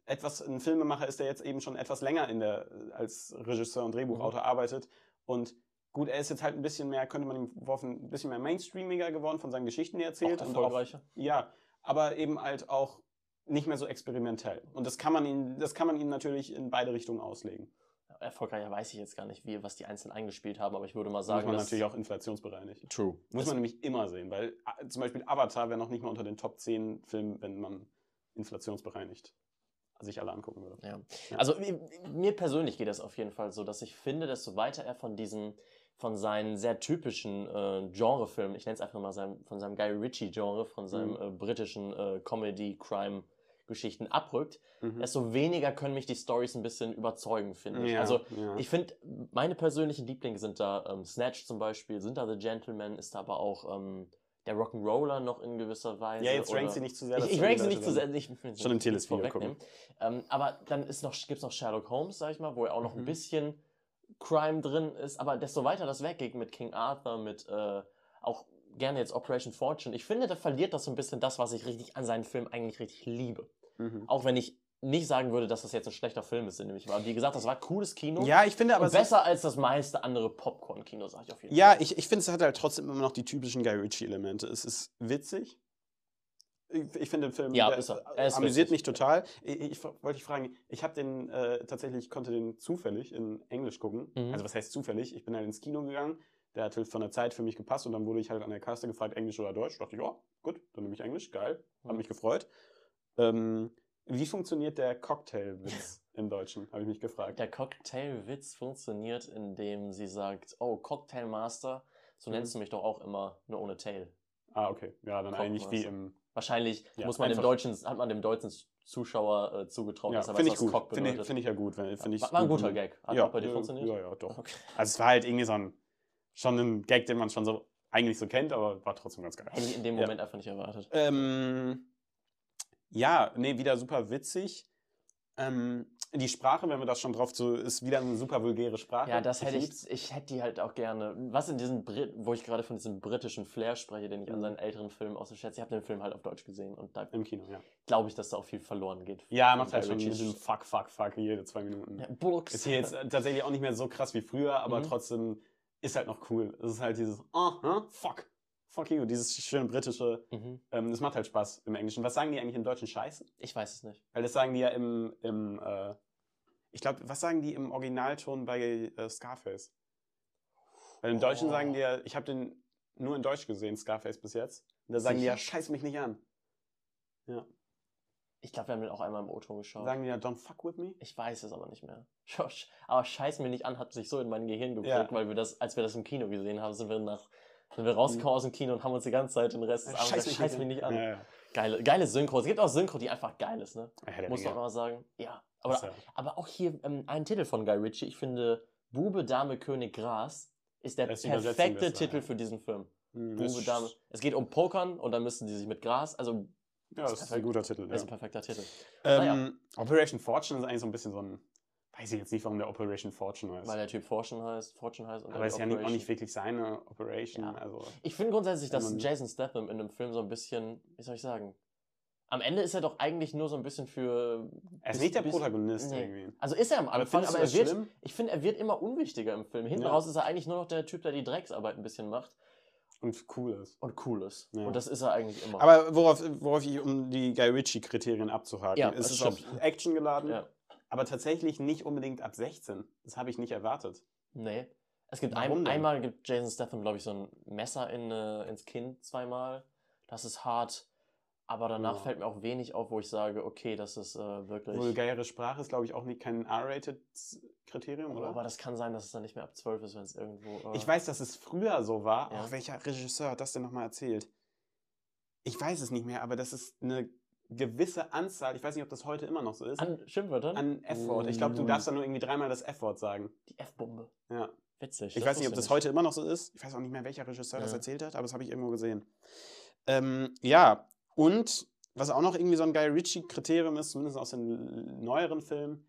[SPEAKER 2] etwas, ein Filmemacher ist, der jetzt eben schon etwas länger in der, als Regisseur
[SPEAKER 1] Mhm.
[SPEAKER 2] und Drehbuchautor arbeitet. Und gut, er ist jetzt halt ein bisschen mehr, könnte man ihm vorwerfen, ein bisschen mehr mainstreamiger geworden von seinen Geschichten, die er
[SPEAKER 1] auch
[SPEAKER 2] erzählt. und auch
[SPEAKER 1] erfolgreicher.
[SPEAKER 2] Ja, aber eben halt auch nicht mehr so experimentell. Und das kann man ihnen, das kann man ihnen natürlich in beide Richtungen auslegen.
[SPEAKER 1] Erfolgreicher weiß ich jetzt gar nicht, wie, was die einzeln eingespielt haben, aber ich würde mal
[SPEAKER 2] Das
[SPEAKER 1] sagen,
[SPEAKER 2] muss man
[SPEAKER 1] dass-
[SPEAKER 2] natürlich auch inflationsbereinigt.
[SPEAKER 1] True.
[SPEAKER 2] Muss man nämlich immer sehen, weil äh, zum Beispiel Avatar wäre noch nicht mal unter den Top 10 Filmen, wenn man inflationsbereinigt sich alle angucken würde.
[SPEAKER 1] Ja.
[SPEAKER 2] Ja.
[SPEAKER 1] Also mi- mir persönlich geht das auf jeden Fall so, dass ich finde, desto weiter er von diesen, von seinen sehr typischen äh, Genrefilmen, ich nenne es einfach mal seinem, von seinem Guy Ritchie-Genre, von seinem
[SPEAKER 2] Mhm.
[SPEAKER 1] äh, britischen äh, Comedy-Crime-Geschichten abrückt,
[SPEAKER 2] Mhm.
[SPEAKER 1] desto weniger können mich die Stories ein bisschen überzeugen, finde ich.
[SPEAKER 2] Ja,
[SPEAKER 1] Also
[SPEAKER 2] ja.
[SPEAKER 1] ich finde, meine persönlichen Lieblinge sind da ähm, Snatch zum Beispiel, sind da The Gentleman, ist da aber auch ähm, der Rock'n'Roller noch in gewisser Weise.
[SPEAKER 2] ja, jetzt
[SPEAKER 1] oder-
[SPEAKER 2] rankt sie nicht zu sehr. dass
[SPEAKER 1] ich, ich
[SPEAKER 2] die
[SPEAKER 1] rank sie
[SPEAKER 2] Leute
[SPEAKER 1] nicht zu
[SPEAKER 2] dann-
[SPEAKER 1] sehr. Ich, ich-
[SPEAKER 2] Schon im
[SPEAKER 1] ich-
[SPEAKER 2] Teles-Video
[SPEAKER 1] vorwegnehmen. Ähm, aber dann ist noch, gibt es noch Sherlock Holmes, sag ich mal, wo ja auch noch ein
[SPEAKER 2] Mhm.
[SPEAKER 1] bisschen Crime drin ist. Aber desto weiter das weggeht mit King Arthur, mit äh, auch gerne jetzt Operation Fortune. Ich finde, da verliert das so ein bisschen das, was ich richtig an seinen Film eigentlich richtig liebe.
[SPEAKER 2] Mhm.
[SPEAKER 1] Auch wenn ich nicht sagen würde, dass das jetzt ein schlechter Film ist, in dem ich war. Wie gesagt, das war cooles Kino.
[SPEAKER 2] Ja, ich finde aber.
[SPEAKER 1] aber
[SPEAKER 2] es-
[SPEAKER 1] besser als das meiste andere Popcorn-Kino, sag ich auf jeden
[SPEAKER 2] Ja,
[SPEAKER 1] Fall.
[SPEAKER 2] ich, ich finde, es hat halt trotzdem immer noch die typischen Guy Ritchie-Elemente. Es ist witzig. Ich, ich finde den Film
[SPEAKER 1] Ja,
[SPEAKER 2] der, äh,
[SPEAKER 1] ist er. Er ist
[SPEAKER 2] amüsiert
[SPEAKER 1] witzig,
[SPEAKER 2] mich
[SPEAKER 1] ja.
[SPEAKER 2] total. Ich, ich fra- wollte dich fragen, ich habe den äh, tatsächlich, konnte den zufällig in Englisch gucken.
[SPEAKER 1] Mhm.
[SPEAKER 2] Also was heißt zufällig? Ich bin halt ins Kino gegangen, der hat halt von der Zeit für mich gepasst und dann wurde ich halt an der Kasse gefragt, Englisch oder Deutsch. Dachte ich, ja, gut, dann nehme ich Englisch, geil. Hab
[SPEAKER 1] Mhm.
[SPEAKER 2] mich gefreut. Ähm, wie funktioniert der Cocktailwitz im Deutschen? Habe ich mich gefragt.
[SPEAKER 1] Der Cocktailwitz funktioniert, indem sie sagt, oh, Cocktailmaster, so
[SPEAKER 2] Mhm.
[SPEAKER 1] nennst du mich doch auch immer, nur ohne Tail.
[SPEAKER 2] Ah, okay. Ja, dann eigentlich wie
[SPEAKER 1] Cockmaster.
[SPEAKER 2] im
[SPEAKER 1] Wahrscheinlich
[SPEAKER 2] Ja,
[SPEAKER 1] muss man dem
[SPEAKER 2] einfach.
[SPEAKER 1] deutschen, hat man dem deutschen Zuschauer äh, zugetraut,
[SPEAKER 2] Ja,
[SPEAKER 1] dass er
[SPEAKER 2] finde
[SPEAKER 1] weiß,
[SPEAKER 2] ich
[SPEAKER 1] was
[SPEAKER 2] gut.
[SPEAKER 1] Cock
[SPEAKER 2] Finde
[SPEAKER 1] bedeutet.
[SPEAKER 2] ich, finde ich ja gut. Wenn, finde ich
[SPEAKER 1] war, war ein
[SPEAKER 2] gut.
[SPEAKER 1] guter Gag. Hat
[SPEAKER 2] ja,
[SPEAKER 1] auch bei dir
[SPEAKER 2] ja,
[SPEAKER 1] funktioniert?
[SPEAKER 2] Ja, ja, doch.
[SPEAKER 1] Okay.
[SPEAKER 2] Also es war halt irgendwie so ein, schon ein Gag, den man schon so eigentlich so kennt, aber war trotzdem ganz geil.
[SPEAKER 1] Hätte ich in dem
[SPEAKER 2] Ja.
[SPEAKER 1] Moment einfach nicht erwartet.
[SPEAKER 2] Ähm, ja, nee, wieder super witzig. Ähm, die Sprache, wenn wir das schon drauf zu, ist wieder eine super vulgäre Sprache.
[SPEAKER 1] Ja, das hätte
[SPEAKER 2] lieb's.
[SPEAKER 1] ich, ich hätte die halt auch gerne. Was in diesem Brit, wo ich gerade von diesem britischen Flair spreche, den ich an
[SPEAKER 2] Mhm.
[SPEAKER 1] seinen älteren Filmen aus dem Schätze, ich habe den Film halt auf Deutsch gesehen und da
[SPEAKER 2] im Kino, ja.
[SPEAKER 1] glaube ich, dass da auch viel verloren geht.
[SPEAKER 2] Ja, macht halt
[SPEAKER 1] Guy
[SPEAKER 2] schon mit
[SPEAKER 1] Ritchies-
[SPEAKER 2] dem Fuck, Fuck, Fuck jede zwei Minuten.
[SPEAKER 1] Ja, Bullocks.
[SPEAKER 2] Ist hier jetzt äh, tatsächlich auch nicht mehr so krass wie früher, aber
[SPEAKER 1] Mhm.
[SPEAKER 2] trotzdem ist halt noch cool. Es ist halt dieses, ah, huh, fuck, fuck you, dieses schöne britische,
[SPEAKER 1] Mhm.
[SPEAKER 2] Ähm, das macht halt Spaß im Englischen. Was sagen die eigentlich im Deutschen Scheiße?
[SPEAKER 1] Ich weiß es nicht.
[SPEAKER 2] Weil das sagen die ja im, im äh, ich glaube, was sagen die im Originalton bei äh, Scarface? Weil im Deutschen
[SPEAKER 1] Oh.
[SPEAKER 2] sagen die ja, ich habe den nur in Deutsch gesehen, Scarface bis jetzt. Und da sagen die ja,
[SPEAKER 1] Sicher?
[SPEAKER 2] scheiß mich nicht an.
[SPEAKER 1] Ich glaube, wir haben den auch einmal im O-Ton geschaut.
[SPEAKER 2] Sagen die ja, don't fuck with me.
[SPEAKER 1] ich weiß es aber nicht mehr. Sch- Aber scheiß mir nicht an, hat sich so in mein Gehirn geprägt,
[SPEAKER 2] Ja.
[SPEAKER 1] weil wir das, als wir das im Kino gesehen haben, sind wir nach, sind wir
[SPEAKER 2] Mhm.
[SPEAKER 1] rausgekommen aus dem Kino und haben uns die ganze Zeit den Rest des Abends gesagt, scheiß mich nicht an.
[SPEAKER 2] Äh, Ja, ja.
[SPEAKER 1] Geile, geile Synchro. Es gibt auch Synchro, die einfach geil ist, ne?
[SPEAKER 2] Ja, der
[SPEAKER 1] Muss man auch
[SPEAKER 2] Menge.
[SPEAKER 1] mal sagen. Ja.
[SPEAKER 2] Das
[SPEAKER 1] Aber,
[SPEAKER 2] ist ja-
[SPEAKER 1] aber auch hier ähm, ein Titel von Guy Ritchie. Ich finde, Bube, Dame, König, Gras ist der
[SPEAKER 2] Das ist die Übersetzung
[SPEAKER 1] perfekte
[SPEAKER 2] besser,
[SPEAKER 1] Titel
[SPEAKER 2] ja.
[SPEAKER 1] für diesen Film.
[SPEAKER 2] Hm, das
[SPEAKER 1] Bube,
[SPEAKER 2] ist-
[SPEAKER 1] Dame. Es geht um Pokern und dann müssen die sich mit Gras. Also,
[SPEAKER 2] Ja, das ist ein
[SPEAKER 1] perfekt.
[SPEAKER 2] guter Titel.
[SPEAKER 1] das ist ein
[SPEAKER 2] Ja.
[SPEAKER 1] perfekter Titel. Ah
[SPEAKER 2] Ähm, Operation Fortune ist eigentlich so ein bisschen so ein, weiß ich jetzt nicht, warum der Operation Fortune heißt.
[SPEAKER 1] Weil der Typ Fortune heißt, Fortune heißt. Und
[SPEAKER 2] Also Aber es ist ja nicht- auch
[SPEAKER 1] Operation.
[SPEAKER 2] nicht wirklich seine Operation.
[SPEAKER 1] Ja.
[SPEAKER 2] Also.
[SPEAKER 1] Ich finde grundsätzlich,
[SPEAKER 2] Wenn
[SPEAKER 1] dass
[SPEAKER 2] man-
[SPEAKER 1] Jason Statham in einem Film so ein bisschen, wie soll ich sagen, am Ende ist er doch eigentlich nur so ein bisschen für.
[SPEAKER 2] Er ist
[SPEAKER 1] bis-
[SPEAKER 2] nicht der
[SPEAKER 1] bis-
[SPEAKER 2] Protagonist
[SPEAKER 1] nee.
[SPEAKER 2] irgendwie.
[SPEAKER 1] Also ist er am Anfang, aber,
[SPEAKER 2] findest du
[SPEAKER 1] er
[SPEAKER 2] das
[SPEAKER 1] wird.
[SPEAKER 2] schlimm?
[SPEAKER 1] Ich finde, er wird immer unwichtiger im Film. Hinten
[SPEAKER 2] Ja.
[SPEAKER 1] raus ist er eigentlich nur noch der Typ, der die Drecksarbeit ein bisschen macht
[SPEAKER 2] und cool ist.
[SPEAKER 1] und cool ist.
[SPEAKER 2] Ja.
[SPEAKER 1] Und das ist er eigentlich immer.
[SPEAKER 2] Aber worauf, worauf ich, um die Guy Ritchie-Kriterien abzuhaken,
[SPEAKER 1] Ja,
[SPEAKER 2] es
[SPEAKER 1] das
[SPEAKER 2] ist auf
[SPEAKER 1] stimmt.
[SPEAKER 2] Action geladen,
[SPEAKER 1] ja.
[SPEAKER 2] aber tatsächlich nicht unbedingt ab 16. Das habe ich nicht erwartet.
[SPEAKER 1] Nee. Es gibt
[SPEAKER 2] Warum
[SPEAKER 1] ein,
[SPEAKER 2] denn?
[SPEAKER 1] einmal gibt Jason Statham, glaube ich, so ein Messer in, äh, ins Kinn zweimal. Das ist hart. Aber danach
[SPEAKER 2] Ja.
[SPEAKER 1] fällt mir auch wenig auf, wo ich sage, okay, das ist äh, wirklich.
[SPEAKER 2] Vulgäre Sprache ist, glaube ich, auch nicht kein R-Rated-Kriterium,
[SPEAKER 1] Oh,
[SPEAKER 2] oder?
[SPEAKER 1] aber das kann sein, dass es dann nicht mehr ab 12 ist, wenn es irgendwo. äh,
[SPEAKER 2] ich weiß, dass es früher so war.
[SPEAKER 1] Ja.
[SPEAKER 2] Ach, welcher Regisseur hat das denn nochmal erzählt? Ich weiß es nicht mehr, aber das ist eine gewisse Anzahl, ich weiß nicht, ob das heute immer noch so ist, an,
[SPEAKER 1] An ne? Schimpfwörtern?
[SPEAKER 2] F-Wort. Ich glaube, du darfst da nur irgendwie dreimal das F-Wort sagen.
[SPEAKER 1] Die F-Bombe.
[SPEAKER 2] Ja.
[SPEAKER 1] Witzig.
[SPEAKER 2] Ich weiß nicht, ob
[SPEAKER 1] wusste
[SPEAKER 2] das heute immer noch so ist. Ich weiß auch nicht mehr, welcher Regisseur das
[SPEAKER 1] Ja.
[SPEAKER 2] erzählt hat, aber das habe ich irgendwo gesehen. Ähm, ja, und was auch noch irgendwie so ein Guy Ritchie-Kriterium ist, zumindest aus den neueren Filmen,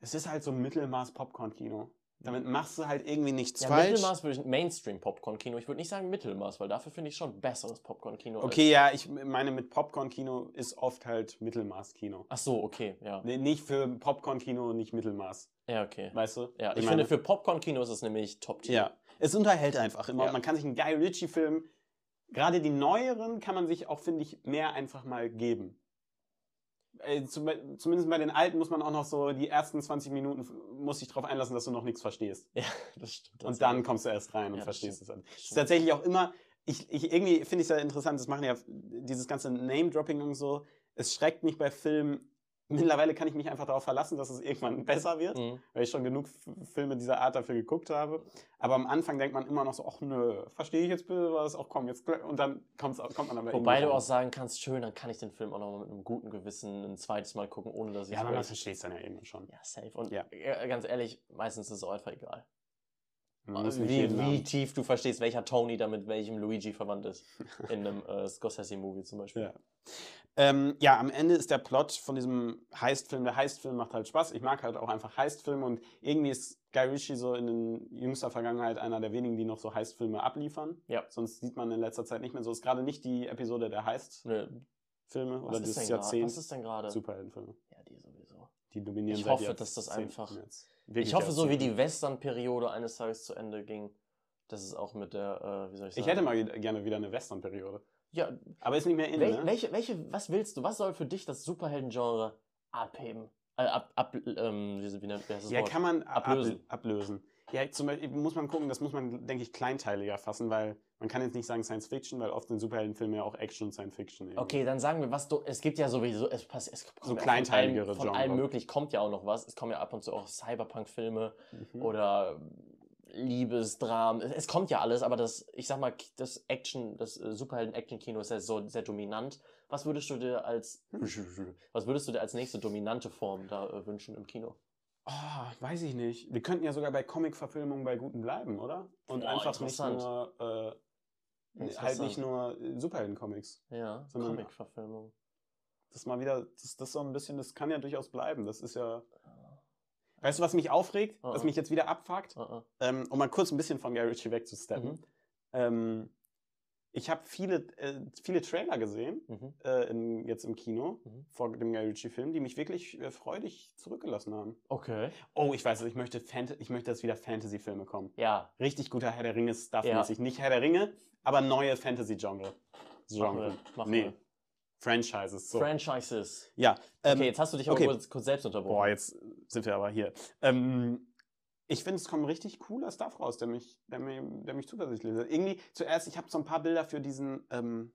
[SPEAKER 2] es ist halt so ein Mittelmaß-Popcorn-Kino. Damit machst du halt irgendwie nichts
[SPEAKER 1] Ja,
[SPEAKER 2] falsch.
[SPEAKER 1] Mittelmaß würde ich Mainstream-Popcorn-Kino. Ich würde nicht sagen Mittelmaß, weil dafür finde ich schon besseres Popcorn-Kino. als-
[SPEAKER 2] Okay, ja, ich meine, mit Popcorn-Kino ist oft halt Mittelmaß-Kino.
[SPEAKER 1] Ach so, okay, ja.
[SPEAKER 2] Nee, nicht für Popcorn-Kino, nicht Mittelmaß.
[SPEAKER 1] Ja, okay.
[SPEAKER 2] Weißt du?
[SPEAKER 1] Ja, ich,
[SPEAKER 2] Ich
[SPEAKER 1] finde,
[SPEAKER 2] meine-
[SPEAKER 1] für Popcorn-Kino ist es nämlich Top-Tier.
[SPEAKER 2] Ja, es unterhält einfach immer.
[SPEAKER 1] Ja.
[SPEAKER 2] Man kann sich einen Guy Ritchie-Film, gerade die neueren, kann man sich auch, finde ich, mehr einfach mal geben. Äh, zum, zumindest bei den alten muss man auch noch so die ersten 20 Minuten f- muss sich darauf einlassen, dass du noch nichts verstehst.
[SPEAKER 1] Ja, das stimmt.
[SPEAKER 2] und dann kommst du erst rein und
[SPEAKER 1] Ja, das
[SPEAKER 2] verstehst es dann.
[SPEAKER 1] Das
[SPEAKER 2] Ist tatsächlich auch immer, ich, ich irgendwie finde ich es ja interessant, das machen ja dieses ganze Name-Dropping und so. Es schreckt mich bei Filmen. Mittlerweile kann ich mich einfach darauf verlassen, dass es irgendwann besser wird
[SPEAKER 1] Mhm.
[SPEAKER 2] weil ich schon genug F- Filme dieser Art dafür geguckt habe. Aber am Anfang denkt man immer noch so, ach nö, verstehe ich jetzt bitte was, ach komm, jetzt gl- und dann kommt's, auch- kommt man aber
[SPEAKER 1] Wobei
[SPEAKER 2] irgendwie
[SPEAKER 1] du auch
[SPEAKER 2] raus.
[SPEAKER 1] sagen kannst, schön, dann kann ich den Film auch nochmal mit einem guten Gewissen ein zweites Mal gucken, ohne dass ich
[SPEAKER 2] Ja, aber man
[SPEAKER 1] weiß-
[SPEAKER 2] versteht es dann ja eben schon.
[SPEAKER 1] ja, safe. Und
[SPEAKER 2] Ja.
[SPEAKER 1] äh, ganz ehrlich, meistens ist es auch einfach egal.
[SPEAKER 2] Man muss nicht
[SPEAKER 1] wie,
[SPEAKER 2] jeden
[SPEAKER 1] wie
[SPEAKER 2] Namen.
[SPEAKER 1] tief du verstehst, welcher Tony da mit welchem Luigi verwandt ist. In einem äh, Scorsese-Movie zum Beispiel.
[SPEAKER 2] Ja. Ähm, ja, am Ende ist der Plot von diesem Heist-Film. Der Heist-Film macht halt Spaß. Ich mag halt auch einfach Heist-Filme und irgendwie ist Guy Ritchie so in den jüngster Vergangenheit einer der wenigen, die noch so Heist-Filme abliefern.
[SPEAKER 1] Ja.
[SPEAKER 2] Sonst sieht man in letzter Zeit nicht mehr so. Ist gerade nicht die Episode der Heist-Filme
[SPEAKER 1] Ne,
[SPEAKER 2] oder
[SPEAKER 1] was, ist denn
[SPEAKER 2] des
[SPEAKER 1] grad- was
[SPEAKER 2] Jahrzehnts.
[SPEAKER 1] ist denn gerade?
[SPEAKER 2] Superheldenfilme.
[SPEAKER 1] Ja, die sowieso.
[SPEAKER 2] Die dominieren
[SPEAKER 1] Ich
[SPEAKER 2] seit
[SPEAKER 1] hoffe, dass das
[SPEAKER 2] Jahrzehnten
[SPEAKER 1] einfach-
[SPEAKER 2] jetzt.
[SPEAKER 1] ich
[SPEAKER 2] Wirklich
[SPEAKER 1] hoffe, so wie
[SPEAKER 2] Jahrzehnten.
[SPEAKER 1] die Western-Periode eines Tages zu Ende ging, dass es auch mit der, äh, wie soll ich sagen?
[SPEAKER 2] Ich hätte mal ge- gerne wieder eine Western-Periode.
[SPEAKER 1] Ja,
[SPEAKER 2] Aber ist nicht mehr in,
[SPEAKER 1] wel
[SPEAKER 2] ne?
[SPEAKER 1] welche, welche, was willst du? Was soll für dich das Superhelden-Genre abheben? Äh, ab, ab, ähm, wie, wie nennt wie heißt das
[SPEAKER 2] Ja,
[SPEAKER 1] Wort?
[SPEAKER 2] kann man ab-
[SPEAKER 1] Ablösen.
[SPEAKER 2] Ab, ablösen. Ja, zum Beispiel muss man gucken, das muss man, denke ich, kleinteiliger fassen, weil man kann jetzt nicht sagen Science Fiction, weil oft sind Superheldenfilme ja auch Action und Science Fiction. irgendwie.
[SPEAKER 1] Okay, dann sagen wir, was du. Es gibt ja sowieso, es pass- es kommt
[SPEAKER 2] So
[SPEAKER 1] ja
[SPEAKER 2] kleinteiligere
[SPEAKER 1] von allem, von
[SPEAKER 2] Genre.
[SPEAKER 1] allem möglich kommt ja auch noch was. Es kommen ja ab und zu auch Cyberpunk-Filme
[SPEAKER 2] Mhm.
[SPEAKER 1] oder Liebesdramen. Es, es kommt ja alles, aber das, ich sag mal, das Action, das äh, Superhelden-Action-Kino ist ja so sehr dominant. Was würdest du dir als was würdest du dir als nächste dominante Form da äh, wünschen im Kino?
[SPEAKER 2] Oh, weiß ich nicht. Wir könnten ja sogar bei Comic-Verfilmungen bei guten bleiben, oder? Und
[SPEAKER 1] Boah,
[SPEAKER 2] einfach nicht
[SPEAKER 1] interessant.
[SPEAKER 2] nur, äh, halt
[SPEAKER 1] Interessant.
[SPEAKER 2] nicht nur äh, Superhelden-Comics.
[SPEAKER 1] Ja,
[SPEAKER 2] Sondern-
[SPEAKER 1] Comic-Verfilmung.
[SPEAKER 2] Das mal wieder, das, das so ein bisschen, das kann ja durchaus bleiben. Das ist ja. Weißt du, was mich aufregt?
[SPEAKER 1] Oh,
[SPEAKER 2] Was
[SPEAKER 1] oh.
[SPEAKER 2] mich jetzt wieder abfuckt?
[SPEAKER 1] Ah, ah.
[SPEAKER 2] ähm, um mal kurz ein bisschen von Guy Ritchie wegzusteppen.
[SPEAKER 1] Mhm.
[SPEAKER 2] Ähm, ich habe viele, äh, viele Trailer gesehen,
[SPEAKER 1] Mhm.
[SPEAKER 2] äh, im, jetzt im Kino,
[SPEAKER 1] Mhm.
[SPEAKER 2] vor dem Guy Ritchie-Film, die mich wirklich äh, freudig zurückgelassen haben.
[SPEAKER 1] Okay.
[SPEAKER 2] Oh, ich weiß es, ich möchte, Fant ich möchte, dass wieder Fantasy-Filme kommen.
[SPEAKER 1] Ja,
[SPEAKER 2] Richtig guter Herr der Ringe-Stuff
[SPEAKER 1] Ja.
[SPEAKER 2] mäßig. Nicht Herr der Ringe, aber neue Fantasy-Genre.
[SPEAKER 1] machen
[SPEAKER 2] Genre.
[SPEAKER 1] wir. Machen
[SPEAKER 2] nee,
[SPEAKER 1] wir.
[SPEAKER 2] Franchises. So.
[SPEAKER 1] Franchises.
[SPEAKER 2] ja, ähm,
[SPEAKER 1] Okay, jetzt hast du dich aber
[SPEAKER 2] okay.
[SPEAKER 1] kurz, kurz selbst unterbrochen.
[SPEAKER 2] Boah, jetzt sind wir aber hier. Ähm, ich finde, es kommt richtig cooler Stuff raus, der mich, der mir, der mich zuversichtlich lässt. Irgendwie zuerst, ich habe so ein paar Bilder für diesen, ähm,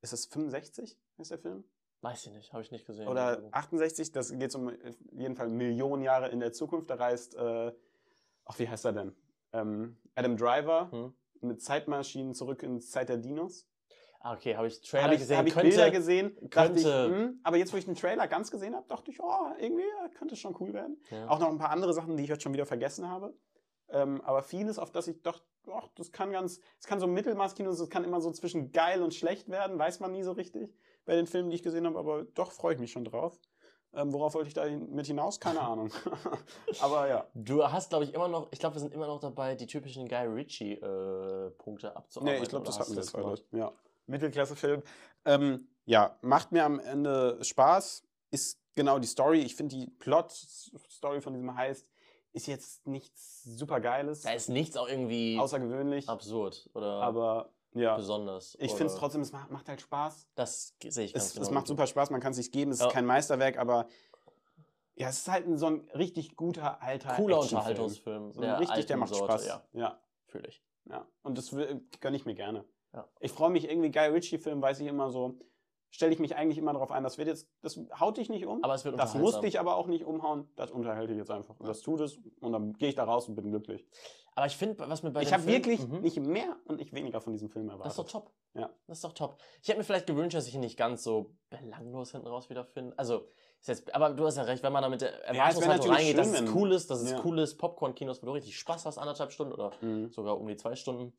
[SPEAKER 2] ist das 65, ist der Film?
[SPEAKER 1] Weiß ich nicht, habe ich nicht gesehen.
[SPEAKER 2] Oder 68, das geht um äh, jeden Fall Millionen Jahre in der Zukunft. Da reist, äh, ach, wie heißt er denn? Ähm, Adam Driver
[SPEAKER 1] Hm?
[SPEAKER 2] mit Zeitmaschinen zurück in die Zeit der Dinos.
[SPEAKER 1] Ah, okay, habe ich Trailer
[SPEAKER 2] Habe ich,
[SPEAKER 1] gesehen.
[SPEAKER 2] hab ich
[SPEAKER 1] könnte,
[SPEAKER 2] Bilder gesehen, dachte ich,
[SPEAKER 1] könnte-
[SPEAKER 2] hm, aber jetzt, wo ich den Trailer ganz gesehen habe, dachte ich, oh, irgendwie äh, könnte schon cool werden.
[SPEAKER 1] ja.
[SPEAKER 2] Auch noch ein paar andere Sachen, die ich heute schon wieder vergessen habe. Ähm, aber vieles, auf das ich doch, doch, das kann ganz, es kann so ein Mittelmaßkino, es kann immer so zwischen geil und schlecht werden, weiß man nie so richtig bei den Filmen, die ich gesehen habe, aber doch freue ich mich schon drauf. Ähm, worauf wollte ich da hin- mit hinaus? Keine Ahnung. aber ja.
[SPEAKER 1] Du hast, glaube ich, immer noch, ich glaube, wir sind immer noch dabei, die typischen Guy Ritchie-Punkte abzuarbeiten.
[SPEAKER 2] Nee, ich glaube,
[SPEAKER 1] oder
[SPEAKER 2] das
[SPEAKER 1] hast
[SPEAKER 2] hatten wir
[SPEAKER 1] Oh, du
[SPEAKER 2] jetzt heute.
[SPEAKER 1] gemacht?
[SPEAKER 2] Ja. Mittelklasse-Film. Ähm, ja, macht mir am Ende Spaß. Ist genau die Story. Ich finde die Plot-Story von diesem Heist ist jetzt nichts super Geiles.
[SPEAKER 1] Da ist nichts auch irgendwie
[SPEAKER 2] Außergewöhnlich.
[SPEAKER 1] absurd oder
[SPEAKER 2] Aber ja,
[SPEAKER 1] besonders.
[SPEAKER 2] ich
[SPEAKER 1] oder-
[SPEAKER 2] finde es trotzdem, es macht, macht halt Spaß.
[SPEAKER 1] Das ge- sehe ich ganz
[SPEAKER 2] Es,
[SPEAKER 1] genau.
[SPEAKER 2] es macht
[SPEAKER 1] wie du.
[SPEAKER 2] super Spaß, man kann es sich geben, es
[SPEAKER 1] Ja.
[SPEAKER 2] ist kein Meisterwerk, aber ja, es ist halt ein, so ein richtig guter alter
[SPEAKER 1] Cooler
[SPEAKER 2] Actionfilm.
[SPEAKER 1] Unterhaltungsfilm.
[SPEAKER 2] So ein richtig, der
[SPEAKER 1] alten
[SPEAKER 2] macht
[SPEAKER 1] Sorte,
[SPEAKER 2] Spaß.
[SPEAKER 1] Ja,
[SPEAKER 2] ja,
[SPEAKER 1] fühle ich.
[SPEAKER 2] ja. Und das will- gönne ich mir gerne.
[SPEAKER 1] Ja.
[SPEAKER 2] Ich freue mich irgendwie, Guy Ritchie-Film weiß ich immer so, stelle ich mich eigentlich immer darauf ein, das wird jetzt, das haut dich nicht um.
[SPEAKER 1] Aber es wird
[SPEAKER 2] das muss
[SPEAKER 1] unterhaltsam.
[SPEAKER 2] dich aber auch nicht umhauen, das unterhalte ich jetzt einfach. Und das tut es und dann gehe ich da raus und bin glücklich.
[SPEAKER 1] Aber ich finde, was mir bei
[SPEAKER 2] ich
[SPEAKER 1] dem
[SPEAKER 2] habe
[SPEAKER 1] Film-
[SPEAKER 2] wirklich
[SPEAKER 1] Mhm.
[SPEAKER 2] nicht mehr und nicht weniger von diesem Film
[SPEAKER 1] Das ist doch
[SPEAKER 2] erwartet.
[SPEAKER 1] top.
[SPEAKER 2] Ja.
[SPEAKER 1] Das ist doch top. Ich hätte mir vielleicht gewünscht, dass ich ihn nicht ganz so belanglos hinten raus wiederfinde. Also, ist jetzt, aber du hast ja recht, wenn man da mit der Erwartungshaltung
[SPEAKER 2] natürlich
[SPEAKER 1] reingeht, dass
[SPEAKER 2] schlimm,
[SPEAKER 1] es
[SPEAKER 2] wenn-
[SPEAKER 1] cool ist, dass es
[SPEAKER 2] Ja.
[SPEAKER 1] cool ist, Popcorn-Kinos, wo du richtig Spaß hast, anderthalb Stunden oder
[SPEAKER 2] Mhm.
[SPEAKER 1] sogar um die zwei Stunden,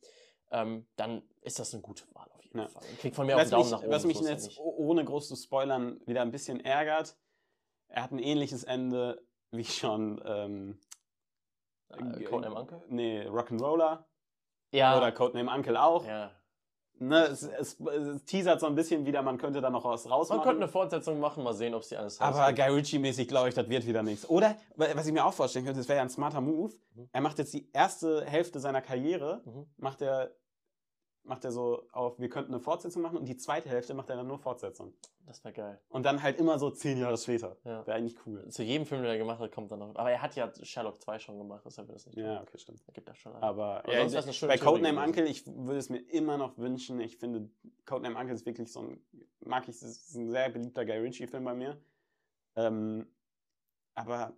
[SPEAKER 1] ähm, dann ist das eine gute Wahl auf jeden
[SPEAKER 2] Ja.
[SPEAKER 1] Fall. Und Kriegt von mir auch einen
[SPEAKER 2] was
[SPEAKER 1] Daumen
[SPEAKER 2] mich,
[SPEAKER 1] nach oben.
[SPEAKER 2] was mich
[SPEAKER 1] so ist ja
[SPEAKER 2] jetzt
[SPEAKER 1] nicht.
[SPEAKER 2] o- ohne groß zu spoilern wieder ein bisschen ärgert, er hat ein ähnliches Ende wie schon ähm,
[SPEAKER 1] Äh, Codename Uncle?
[SPEAKER 2] Nee, Rock'n'Roller
[SPEAKER 1] Ja.
[SPEAKER 2] oder Codename Uncle auch.
[SPEAKER 1] ja.
[SPEAKER 2] Ne, es, es, es teasert so ein bisschen wieder, man könnte da noch was
[SPEAKER 1] Man
[SPEAKER 2] rausmachen.
[SPEAKER 1] könnte eine Fortsetzung machen, mal sehen, ob es die alles
[SPEAKER 2] aber
[SPEAKER 1] rausgibt.
[SPEAKER 2] Guy Ritchie-mäßig glaube ich, das wird wieder nichts. Oder, wa- was ich mir auch vorstellen könnte, das wäre ja ein smarter Move.
[SPEAKER 1] Mhm.
[SPEAKER 2] Er macht jetzt die erste Hälfte seiner Karriere,
[SPEAKER 1] Mhm.
[SPEAKER 2] macht er, macht er so auf, wir könnten eine Fortsetzung machen und die zweite Hälfte macht er dann nur Fortsetzung.
[SPEAKER 1] Das wäre geil.
[SPEAKER 2] Und dann halt immer so zehn Jahre später.
[SPEAKER 1] Ja.
[SPEAKER 2] Wäre eigentlich cool.
[SPEAKER 1] Zu jedem Film, den er gemacht hat, kommt dann noch. Aber er hat ja Sherlock 2 schon gemacht, deshalb wird das nicht.
[SPEAKER 2] Ja, okay, stimmt.
[SPEAKER 1] Er gibt da schon einen.
[SPEAKER 2] Aber
[SPEAKER 1] Aber
[SPEAKER 2] ja, also
[SPEAKER 1] sonst wär's eine schöne
[SPEAKER 2] bei
[SPEAKER 1] Theorie
[SPEAKER 2] Codename
[SPEAKER 1] gewesen.
[SPEAKER 2] Uncle, ich würde es mir immer noch wünschen. Ich finde, Codename Uncle ist wirklich so ein, mag ich, es ist ein sehr beliebter Guy Ritchie-Film bei mir. Ähm, aber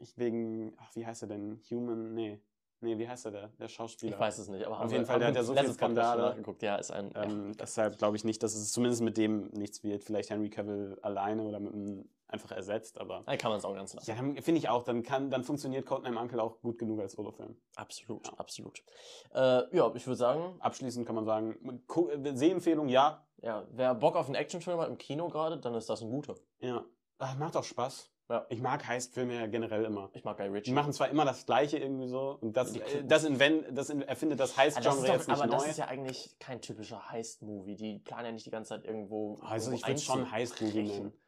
[SPEAKER 2] ich wegen, ach, wie heißt er denn? Human, nee. Nee, wie heißt er der? Der Schauspieler.
[SPEAKER 1] Ich weiß es nicht, aber haben
[SPEAKER 2] jeden
[SPEAKER 1] wir-
[SPEAKER 2] Fall, der
[SPEAKER 1] haben
[SPEAKER 2] hat ja
[SPEAKER 1] wir
[SPEAKER 2] so viele
[SPEAKER 1] letztes Podcast schon
[SPEAKER 2] Skandale.
[SPEAKER 1] nachgeguckt. Ja, ist ein.
[SPEAKER 2] Ähm, Deshalb glaube ich nicht, dass es zumindest mit dem nichts wird. Vielleicht Henry Cavill alleine oder mit einem einfach ersetzt, aber.
[SPEAKER 1] ja, kann man es auch ganz lassen.
[SPEAKER 2] Ja, dann finde ich auch, dann kann, dann funktioniert Codename Uncle auch gut genug als Solofilm.
[SPEAKER 1] Absolut,
[SPEAKER 2] Ja.
[SPEAKER 1] absolut. Äh, ja, ich würde sagen,
[SPEAKER 2] Abschließend kann man sagen, Ko- äh, Sehempfehlung, ja.
[SPEAKER 1] ja, wer Bock auf einen Actionfilm hat im Kino gerade, dann ist das ein guter.
[SPEAKER 2] Ja. Ach, macht auch Spaß.
[SPEAKER 1] Ja.
[SPEAKER 2] Ich mag Heistfilme ja generell immer.
[SPEAKER 1] Ich mag Guy
[SPEAKER 2] Die
[SPEAKER 1] Ritchie.
[SPEAKER 2] machen zwar immer das Gleiche irgendwie so und das,
[SPEAKER 1] Die-
[SPEAKER 2] äh, das, inven, das in, erfindet das
[SPEAKER 1] Ah, das
[SPEAKER 2] Heist-Genre
[SPEAKER 1] ist doch,
[SPEAKER 2] jetzt nicht
[SPEAKER 1] aber
[SPEAKER 2] neu.
[SPEAKER 1] das ist ja eigentlich kein typischer Heist-Movie. Die planen ja nicht die ganze Zeit irgendwo.
[SPEAKER 2] also ich
[SPEAKER 1] irgendwo
[SPEAKER 2] würde schon Heist-Movie
[SPEAKER 1] einzubrechen.
[SPEAKER 2] nennen.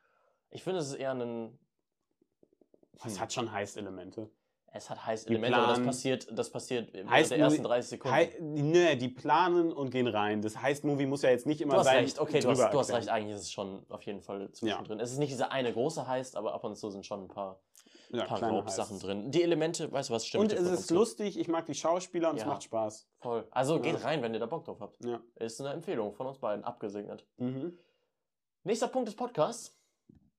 [SPEAKER 1] Ich finde, es ist eher ein. Hm.
[SPEAKER 2] Es hat schon Heist-Elemente.
[SPEAKER 1] Es hat heiß
[SPEAKER 2] Die
[SPEAKER 1] Elemente, aber das
[SPEAKER 2] planen-
[SPEAKER 1] passiert, das passiert während der
[SPEAKER 2] Heist-Movie-
[SPEAKER 1] ersten 30 Sekunden.
[SPEAKER 2] Hei nö, die planen und gehen rein. Das Heist-Movie muss ja jetzt nicht immer
[SPEAKER 1] du hast
[SPEAKER 2] sein.
[SPEAKER 1] recht, okay, du hast, du hast
[SPEAKER 2] drüber
[SPEAKER 1] recht. Eigentlich ist es schon auf jeden Fall zwischendrin. Es ist nicht dieser eine große Heist, aber ab und zu sind schon ein paar,
[SPEAKER 2] erklären. Ja,
[SPEAKER 1] paar
[SPEAKER 2] kleine
[SPEAKER 1] Raubsachen
[SPEAKER 2] Heists.
[SPEAKER 1] drin. Die Elemente, weißt du was, stimmt.
[SPEAKER 2] Und
[SPEAKER 1] die
[SPEAKER 2] es
[SPEAKER 1] Produktion.
[SPEAKER 2] ist lustig, ich mag die Schauspieler und es
[SPEAKER 1] Ja.
[SPEAKER 2] macht Spaß.
[SPEAKER 1] Voll. Also geht
[SPEAKER 2] Ja.
[SPEAKER 1] rein, wenn ihr da Bock drauf habt.
[SPEAKER 2] Ja.
[SPEAKER 1] Ist eine Empfehlung von uns beiden, abgesegnet.
[SPEAKER 2] Mhm.
[SPEAKER 1] Nächster Punkt des Podcasts.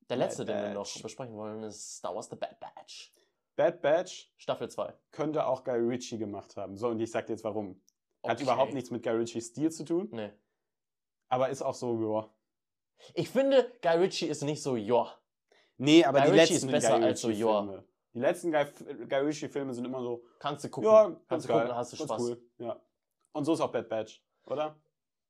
[SPEAKER 1] Der
[SPEAKER 2] Bad
[SPEAKER 1] letzte, den wir noch
[SPEAKER 2] Batch.
[SPEAKER 1] besprechen wollen, ist Star Wars The Bad Batch.
[SPEAKER 2] Bad Batch
[SPEAKER 1] Staffel 2.
[SPEAKER 2] könnte auch Guy Ritchie gemacht haben. So, und ich sag dir jetzt warum. Hat
[SPEAKER 1] Okay.
[SPEAKER 2] überhaupt nichts mit Guy Ritchies Stil zu tun,
[SPEAKER 1] Nee.
[SPEAKER 2] aber ist auch so, ja.
[SPEAKER 1] Ich finde, Guy Ritchie ist nicht so, ja.
[SPEAKER 2] Nee, aber
[SPEAKER 1] Guy
[SPEAKER 2] die
[SPEAKER 1] Ritchie ist
[SPEAKER 2] letzten
[SPEAKER 1] besser
[SPEAKER 2] Guy
[SPEAKER 1] als so, ja.
[SPEAKER 2] Ritchie-Filme. Die letzten Guy, Guy Ritchie-Filme sind immer so,
[SPEAKER 1] Kannst du gucken.
[SPEAKER 2] ja, ganz
[SPEAKER 1] Kannst du
[SPEAKER 2] geil,
[SPEAKER 1] gucken, hast du
[SPEAKER 2] ganz
[SPEAKER 1] Spaß.
[SPEAKER 2] cool. Ja. Und so ist auch Bad Batch, oder?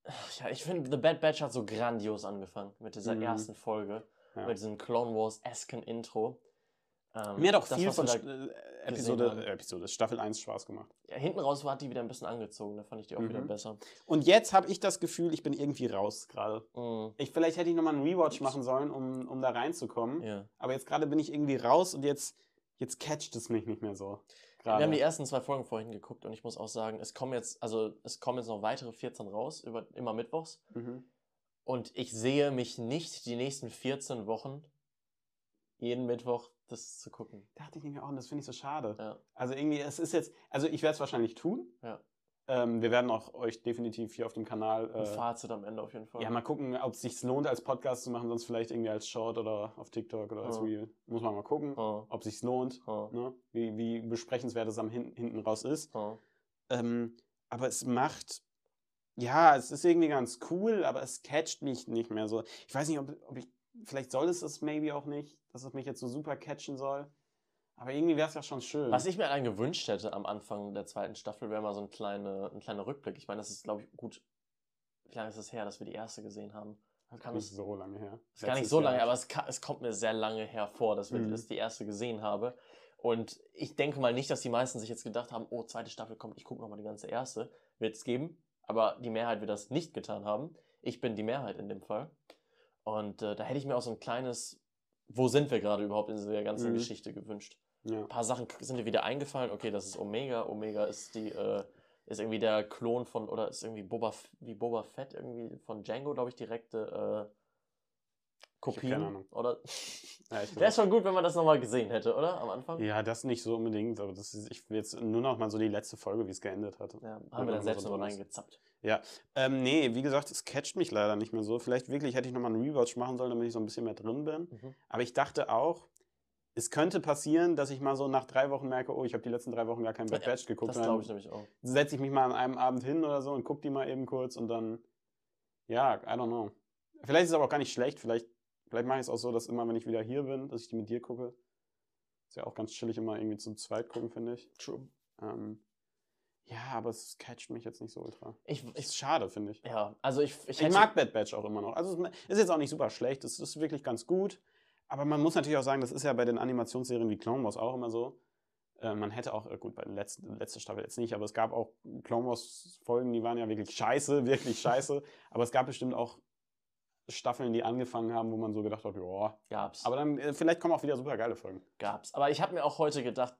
[SPEAKER 1] Ach Ja, ich finde, The Bad Batch hat so grandios angefangen mit dieser
[SPEAKER 2] Mhm.
[SPEAKER 1] ersten Folge.
[SPEAKER 2] Ja.
[SPEAKER 1] Mit diesem Clone Wars-esken Intro. Ähm,
[SPEAKER 2] Mir hat auch
[SPEAKER 1] das,
[SPEAKER 2] viel
[SPEAKER 1] was wir
[SPEAKER 2] von
[SPEAKER 1] da-
[SPEAKER 2] St- äh, Episode,
[SPEAKER 1] haben.
[SPEAKER 2] äh, Episode Staffel 1 Spaß gemacht.
[SPEAKER 1] ja, hinten raus war, hat die wieder ein bisschen angezogen. Da fand ich die auch wieder
[SPEAKER 2] Mhm.
[SPEAKER 1] besser.
[SPEAKER 2] Und jetzt habe ich das Gefühl, ich bin irgendwie raus gerade.
[SPEAKER 1] Mhm.
[SPEAKER 2] Ich, vielleicht hätte ich nochmal einen Rewatch machen sollen, um, um da reinzukommen.
[SPEAKER 1] Ja.
[SPEAKER 2] Aber jetzt gerade bin ich irgendwie raus und jetzt, jetzt catcht es mich nicht mehr so.
[SPEAKER 1] Wir haben die
[SPEAKER 2] Gerade.
[SPEAKER 1] ersten zwei Folgen vorhin geguckt und ich muss auch sagen, es kommen jetzt, also es kommen jetzt noch weitere 14 raus, über, immer mittwochs.
[SPEAKER 2] Mhm.
[SPEAKER 1] Und ich sehe mich nicht die nächsten 14 Wochen jeden Mittwoch das zu gucken.
[SPEAKER 2] Dachte ich mir auch, und das finde ich so schade.
[SPEAKER 1] Ja.
[SPEAKER 2] Also irgendwie, es ist jetzt, also ich werde es wahrscheinlich tun.
[SPEAKER 1] Ja.
[SPEAKER 2] Ähm, wir werden auch euch definitiv hier auf dem Kanal.
[SPEAKER 1] Ein
[SPEAKER 2] Äh,
[SPEAKER 1] Fazit am Ende auf jeden Fall.
[SPEAKER 2] ja, mal gucken, ob es sich lohnt, als Podcast zu machen, sonst vielleicht irgendwie als Short oder auf TikTok oder als
[SPEAKER 1] Ja.
[SPEAKER 2] Reel. Muss man mal gucken,
[SPEAKER 1] Oh,
[SPEAKER 2] ob es lohnt,
[SPEAKER 1] oh,
[SPEAKER 2] ne? wie, wie besprechenswert es am hin, hinten raus ist.
[SPEAKER 1] oh.
[SPEAKER 2] Ähm, aber es macht, ja, es ist irgendwie ganz cool, aber es catcht mich nicht mehr so. Ich weiß nicht, ob, ob ich, vielleicht soll es es maybe auch nicht, dass es mich jetzt so super catchen soll. Aber irgendwie wäre es ja schon schön.
[SPEAKER 1] Was ich mir dann gewünscht hätte am Anfang der zweiten Staffel, wäre mal so ein, kleine, ein kleiner Rückblick. Ich meine, das ist, glaube ich, gut. Wie lange ist es her, dass wir die erste gesehen haben?
[SPEAKER 2] das
[SPEAKER 1] kann
[SPEAKER 2] ist
[SPEAKER 1] es-
[SPEAKER 2] nicht so lange her.
[SPEAKER 1] Ist gar nicht
[SPEAKER 2] Letztes
[SPEAKER 1] so
[SPEAKER 2] Jahr.
[SPEAKER 1] lange, aber es, ka- es kommt mir sehr lange hervor, dass wir
[SPEAKER 2] Mhm.
[SPEAKER 1] das die erste gesehen habe. Und ich denke mal nicht, dass die meisten sich jetzt gedacht haben, oh, zweite Staffel kommt, ich gucke nochmal die ganze erste. Wird es geben, aber die Mehrheit wird das nicht getan haben. Ich bin die Mehrheit in dem Fall. Und äh, da hätte ich mir auch so ein kleines, wo sind wir gerade überhaupt in dieser ganzen
[SPEAKER 2] Mhm.
[SPEAKER 1] Geschichte gewünscht.
[SPEAKER 2] Ja.
[SPEAKER 1] Ein paar Sachen k- sind dir wieder eingefallen. Okay, das ist Omega. Omega ist die, äh, ist irgendwie der Klon von, oder ist irgendwie Boba, F- wie Boba Fett, irgendwie von Django, glaube ich, direkte äh, Kopie.
[SPEAKER 2] keine Ahnung.
[SPEAKER 1] Oder?
[SPEAKER 2] Ja, ich
[SPEAKER 1] Wäre schon gut, wenn man das nochmal gesehen hätte, oder? Am Anfang?
[SPEAKER 2] ja, das nicht so unbedingt, aber das ist, ich will jetzt nur noch mal so die letzte Folge, wie es geendet hat.
[SPEAKER 1] Ja,
[SPEAKER 2] Wenn
[SPEAKER 1] haben wir
[SPEAKER 2] man
[SPEAKER 1] dann selbst
[SPEAKER 2] so
[SPEAKER 1] nochmal
[SPEAKER 2] drin ist.
[SPEAKER 1] reingezappt.
[SPEAKER 2] Ähm, nee, wie gesagt, es catcht mich leider nicht mehr so. Vielleicht wirklich hätte ich nochmal einen Rewatch machen sollen, damit ich so ein bisschen mehr drin bin.
[SPEAKER 1] Mhm.
[SPEAKER 2] Aber ich dachte auch, es könnte passieren, dass ich mal so nach drei Wochen merke, oh, ich habe die letzten drei Wochen gar kein Bad
[SPEAKER 1] Ja,
[SPEAKER 2] Batch geguckt.
[SPEAKER 1] Das glaube ich
[SPEAKER 2] dann
[SPEAKER 1] nämlich auch.
[SPEAKER 2] setze ich mich mal an einem Abend hin oder so und gucke die mal eben kurz und dann, ja, I don't know. Vielleicht ist es aber auch gar nicht schlecht. Vielleicht, vielleicht mache ich es auch so, dass immer, wenn ich wieder hier bin, dass ich die mit dir gucke. Ist ja auch ganz chillig, immer irgendwie zu zweit gucken, finde ich.
[SPEAKER 1] True.
[SPEAKER 2] Ähm, ja, aber es catcht mich jetzt nicht so ultra.
[SPEAKER 1] Ich,
[SPEAKER 2] Ist
[SPEAKER 1] ich,
[SPEAKER 2] schade, finde ich.
[SPEAKER 1] ja, also ich, ich,
[SPEAKER 2] Ich,
[SPEAKER 1] hätte-
[SPEAKER 2] mag Bad Batch auch immer noch. Also es ist jetzt auch nicht super schlecht, es ist wirklich ganz gut. Aber man muss natürlich auch sagen, das ist ja bei den Animationsserien wie Clone Wars auch immer so. Äh, man hätte auch, äh, gut, bei der letzten letzte Staffel jetzt nicht, aber es gab auch Clone Wars-Folgen, die waren ja wirklich scheiße, wirklich scheiße. aber es gab bestimmt auch Staffeln, die angefangen haben, wo man so gedacht hat, ja.
[SPEAKER 1] gab's.
[SPEAKER 2] Aber dann, äh, vielleicht kommen auch wieder super geile Folgen.
[SPEAKER 1] gab's. Aber ich habe mir auch heute gedacht,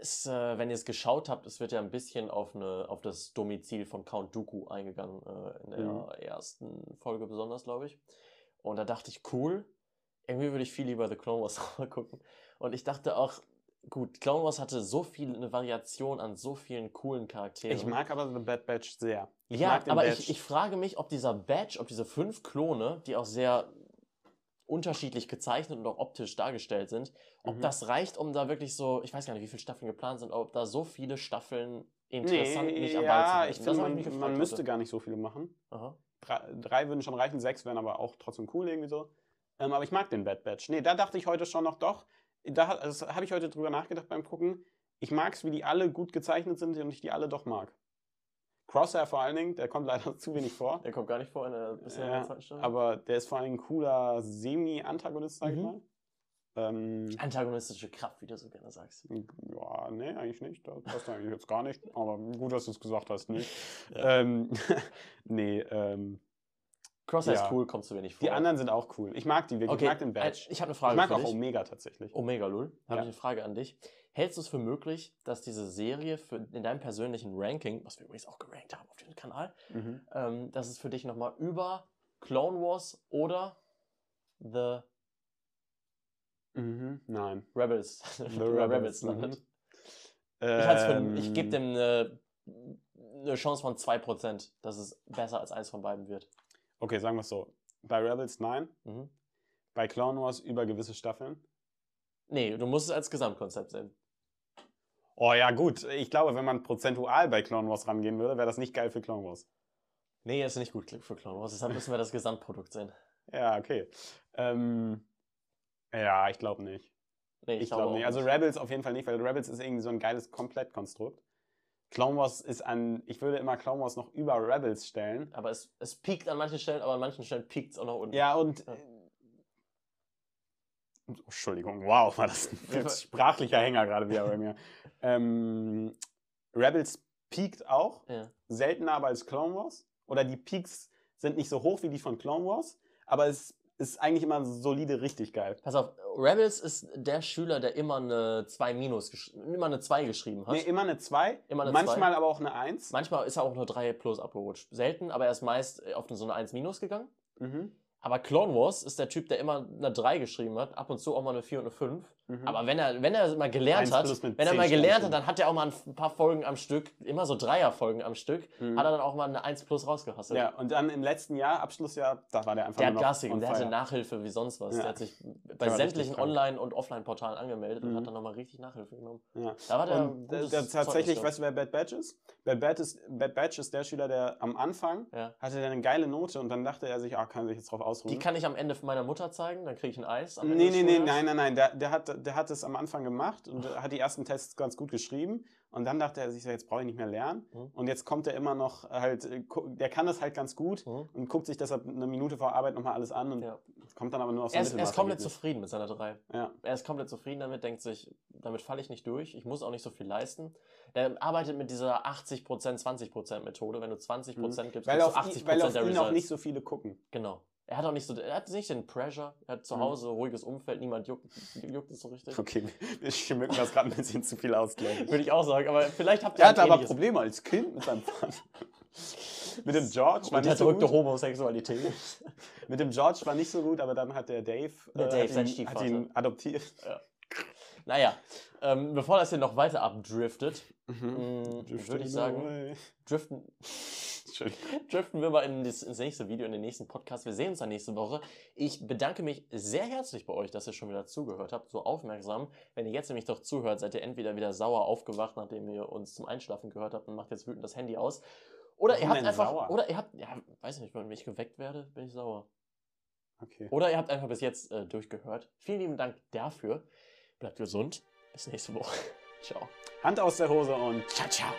[SPEAKER 1] es, äh, wenn ihr es geschaut habt, es wird ja ein bisschen auf, eine, auf das Domizil von Count Dooku eingegangen, äh, in der
[SPEAKER 2] Mhm.
[SPEAKER 1] ersten Folge besonders, glaube ich. Und da dachte ich, cool, irgendwie würde ich viel lieber The Clone Wars gucken. Und ich dachte auch, gut, Clone Wars hatte so viel, eine Variation an so vielen coolen Charakteren.
[SPEAKER 2] Ich mag aber The Bad Batch sehr. Ich
[SPEAKER 1] ja,
[SPEAKER 2] mag den
[SPEAKER 1] aber
[SPEAKER 2] Batch.
[SPEAKER 1] ich, ich frage mich, ob dieser Badge, ob diese fünf Klone, die auch sehr unterschiedlich gezeichnet und auch optisch dargestellt sind. Ob
[SPEAKER 2] Mhm.
[SPEAKER 1] das reicht, um da wirklich so, ich weiß gar nicht, wie viele Staffeln geplant sind, aber ob da so viele Staffeln interessant nicht am Ball zu
[SPEAKER 2] ja,
[SPEAKER 1] halten.
[SPEAKER 2] ich finde,
[SPEAKER 1] hab mich
[SPEAKER 2] man,
[SPEAKER 1] gefragt
[SPEAKER 2] man
[SPEAKER 1] heute.
[SPEAKER 2] müsste gar nicht so viele machen.
[SPEAKER 1] Aha.
[SPEAKER 2] Drei, drei würden schon reichen, sechs wären aber auch trotzdem cool irgendwie so. Ähm, aber ich mag den Bad Batch. Nee, da dachte ich heute schon noch doch. Da ha- also, habe ich heute drüber nachgedacht beim Gucken. Ich mag es, wie die alle gut gezeichnet sind und ich die alle doch mag. Crosshair vor allen Dingen, der kommt leider zu wenig vor.
[SPEAKER 1] Der kommt gar nicht vor in der bisherigen
[SPEAKER 2] Ja,
[SPEAKER 1] zweiten Staffel.
[SPEAKER 2] Aber der ist vor allen Dingen ein cooler Semi-Antagonist, sag ich
[SPEAKER 1] Mhm.
[SPEAKER 2] mal. Ähm,
[SPEAKER 1] Antagonistische Kraft, wie du so gerne sagst.
[SPEAKER 2] ja, nee, eigentlich nicht. Das passt eigentlich jetzt gar nicht. Aber gut, dass du es gesagt hast, nicht. Ähm, nee, ähm,
[SPEAKER 1] Crosshair
[SPEAKER 2] Ja.
[SPEAKER 1] ist cool, kommt zu wenig vor.
[SPEAKER 2] die anderen sind auch cool. Ich mag die wirklich.
[SPEAKER 1] okay.
[SPEAKER 2] Ich mag den Badge.
[SPEAKER 1] äh, Ich habe eine
[SPEAKER 2] Ich
[SPEAKER 1] Frage
[SPEAKER 2] mag
[SPEAKER 1] für
[SPEAKER 2] auch
[SPEAKER 1] dich. Oh.
[SPEAKER 2] Omega tatsächlich.
[SPEAKER 1] Omega Lul, habe
[SPEAKER 2] Ja.
[SPEAKER 1] ich eine Frage an dich. Hältst du es für möglich, dass diese Serie für, in deinem persönlichen Ranking, was wir übrigens auch gerankt haben auf dem Kanal,
[SPEAKER 2] Mhm.
[SPEAKER 1] ähm, dass es für dich nochmal über Clone Wars oder The
[SPEAKER 2] Mhm. Nein.
[SPEAKER 1] Rebels,
[SPEAKER 2] The
[SPEAKER 1] oder
[SPEAKER 2] Rebels, mhm.
[SPEAKER 1] landet? Ich, halt's für,
[SPEAKER 2] Ähm,
[SPEAKER 1] ich gebe dem eine, eine Chance von 2%, dass es besser als eins von beiden wird.
[SPEAKER 2] Okay, sagen wir es so. Bei Rebels nein.
[SPEAKER 1] Mhm.
[SPEAKER 2] Bei Clone Wars über gewisse Staffeln.
[SPEAKER 1] Nee, du musst es als Gesamtkonzept sehen.
[SPEAKER 2] Oh ja, gut. Ich glaube, wenn man prozentual bei Clone Wars rangehen würde, wäre das nicht geil für Clone Wars.
[SPEAKER 1] Nee, ist nicht gut für Clone Wars, deshalb müssen wir das Gesamtprodukt sehen.
[SPEAKER 2] Ja, okay. Ähm, ja, ich glaube nicht.
[SPEAKER 1] Nee,
[SPEAKER 2] Ich,
[SPEAKER 1] glaube
[SPEAKER 2] glaube
[SPEAKER 1] auch
[SPEAKER 2] nicht. Also Rebels auf jeden Fall nicht, weil Rebels ist irgendwie so ein geiles Komplettkonstrukt. Clone Wars ist an, ich würde immer Clone Wars noch über Rebels stellen.
[SPEAKER 1] Aber es, es piekt an manchen Stellen, aber an manchen Stellen piekt es auch nach unten.
[SPEAKER 2] Ja, und.
[SPEAKER 1] Ja.
[SPEAKER 2] äh, Entschuldigung, wow, war das ein
[SPEAKER 1] Ja, war-
[SPEAKER 2] sprachlicher Hänger gerade wieder bei mir. ähm, Rebels piekt auch,
[SPEAKER 1] Ja.
[SPEAKER 2] seltener aber als Clone Wars. Oder die Peaks sind nicht so hoch wie die von Clone Wars, aber es ist eigentlich immer solide richtig geil.
[SPEAKER 1] Pass auf, Rebels ist der Schüler, der immer eine 2 minus, gesch- immer eine 2 geschrieben hat.
[SPEAKER 2] Nee, immer eine 2,
[SPEAKER 1] Immer eine
[SPEAKER 2] manchmal aber auch eine 1.
[SPEAKER 1] Manchmal ist er auch nur 3 plus abgerutscht. Selten, aber er ist meist auf so eine 1 minus gegangen.
[SPEAKER 2] Mhm.
[SPEAKER 1] Aber Clone Wars ist der Typ, der immer eine 3 geschrieben hat, ab und zu auch mal eine 4 und eine 5.
[SPEAKER 2] Mhm.
[SPEAKER 1] Aber wenn er, wenn er mal gelernt
[SPEAKER 2] Eins plus
[SPEAKER 1] hat,
[SPEAKER 2] mit
[SPEAKER 1] wenn er
[SPEAKER 2] zehn
[SPEAKER 1] mal gelernt hat,
[SPEAKER 2] Sternchen.
[SPEAKER 1] dann hat er auch mal ein paar Folgen am Stück, immer so Dreierfolgen am Stück,
[SPEAKER 2] Mhm.
[SPEAKER 1] hat er dann auch mal eine 1 plus rausgehasselt.
[SPEAKER 2] ja, und dann im letzten Jahr, Abschlussjahr, da war der einfach
[SPEAKER 1] Der hat
[SPEAKER 2] nur noch
[SPEAKER 1] Gas gegeben,
[SPEAKER 2] on
[SPEAKER 1] der hatte
[SPEAKER 2] fire.
[SPEAKER 1] Nachhilfe wie sonst was.
[SPEAKER 2] Ja.
[SPEAKER 1] Der hat sich bei
[SPEAKER 2] richtig
[SPEAKER 1] sämtlichen
[SPEAKER 2] krank.
[SPEAKER 1] Online- und Offline-Portalen angemeldet und
[SPEAKER 2] Mhm.
[SPEAKER 1] hat dann nochmal richtig Nachhilfe genommen.
[SPEAKER 2] Ja.
[SPEAKER 1] Da war der,
[SPEAKER 2] Und äh, der tatsächlich, weißt du, wer Bad Batch ist? Bad Batch ist, Bad Batch ist der Schüler, der am Anfang
[SPEAKER 1] Ja.
[SPEAKER 2] hatte der eine geile Note und dann dachte er sich, ah, kann sich jetzt drauf ausruhen.
[SPEAKER 1] Die kann ich am Ende meiner Mutter zeigen, dann kriege ich ein Eis. am Ende
[SPEAKER 2] nee,
[SPEAKER 1] des
[SPEAKER 2] nee, nee,
[SPEAKER 1] Schuljahres.
[SPEAKER 2] nein, nein, nein. Der, der, hat, der hat es am Anfang gemacht und hat die ersten Tests ganz gut geschrieben. Und dann dachte er sich, so, jetzt brauche ich nicht mehr lernen.
[SPEAKER 1] Mhm.
[SPEAKER 2] Und jetzt kommt er immer noch halt, äh, gu- der kann das halt ganz gut
[SPEAKER 1] Mhm.
[SPEAKER 2] und guckt sich deshalb eine Minute vor Arbeit nochmal alles an und
[SPEAKER 1] Ja.
[SPEAKER 2] kommt dann aber nur auf
[SPEAKER 1] Er ist, er ist komplett
[SPEAKER 2] Mittelmaß-Ergebnis.
[SPEAKER 1] zufrieden mit seiner 3.
[SPEAKER 2] Ja.
[SPEAKER 1] Er ist komplett zufrieden damit, denkt sich, damit falle ich nicht durch, ich muss auch nicht so viel leisten. Er arbeitet mit dieser 80%, 20% Methode. Wenn du 20% gibst,
[SPEAKER 2] Mhm. Weil
[SPEAKER 1] kriegst
[SPEAKER 2] auf,
[SPEAKER 1] du 80%
[SPEAKER 2] ihn, weil auf
[SPEAKER 1] der
[SPEAKER 2] ihn auch
[SPEAKER 1] Results.
[SPEAKER 2] nicht so viele gucken.
[SPEAKER 1] Genau. Er hat auch nicht so, er hat nicht den Pressure, er hat zu
[SPEAKER 2] Mhm.
[SPEAKER 1] Hause ruhiges Umfeld, niemand juckt, juckt es so richtig.
[SPEAKER 2] Okay, wir schmücken das gerade ein bisschen zu viel aus, glaube ich.
[SPEAKER 1] Würde ich auch sagen, aber vielleicht habt ihr
[SPEAKER 2] Er hatte
[SPEAKER 1] ein
[SPEAKER 2] aber
[SPEAKER 1] ähnliches-
[SPEAKER 2] Probleme als Kind mit seinem Vater. mit dem George war nicht so
[SPEAKER 1] Unterdrückte
[SPEAKER 2] gut.
[SPEAKER 1] Homosexualität.
[SPEAKER 2] Mit dem George war nicht so gut, aber dann hat der Dave,
[SPEAKER 1] Der
[SPEAKER 2] äh,
[SPEAKER 1] Dave, sein
[SPEAKER 2] hat, ihn, hat
[SPEAKER 1] Stiefvater.
[SPEAKER 2] ihn adoptiert.
[SPEAKER 1] naja, ähm, bevor das hier noch weiter abdriftet,
[SPEAKER 2] Mhm.
[SPEAKER 1] mh, Mhm. würde ich sagen, driften,
[SPEAKER 2] Entschuldigung.
[SPEAKER 1] driften wir mal in das, ins nächste Video, in den nächsten Podcast. Wir sehen uns dann nächste Woche. Ich bedanke mich sehr herzlich bei euch, dass ihr schon wieder zugehört habt, so aufmerksam. Wenn ihr jetzt nämlich doch zuhört, seid ihr entweder wieder sauer aufgewacht, nachdem ihr uns zum Einschlafen gehört habt und macht jetzt wütend das Handy aus. Oder ihr
[SPEAKER 2] Warum
[SPEAKER 1] habt
[SPEAKER 2] denn
[SPEAKER 1] einfach,
[SPEAKER 2] sauer?
[SPEAKER 1] oder ihr habt, ja, weiß nicht, wenn ich geweckt werde, bin ich sauer.
[SPEAKER 2] Okay.
[SPEAKER 1] Oder ihr habt einfach bis jetzt äh, durchgehört. Vielen lieben Dank dafür. Bleibt gesund. Bis nächste Woche. Ciao.
[SPEAKER 2] Hand aus der Hose und ciao, ciao.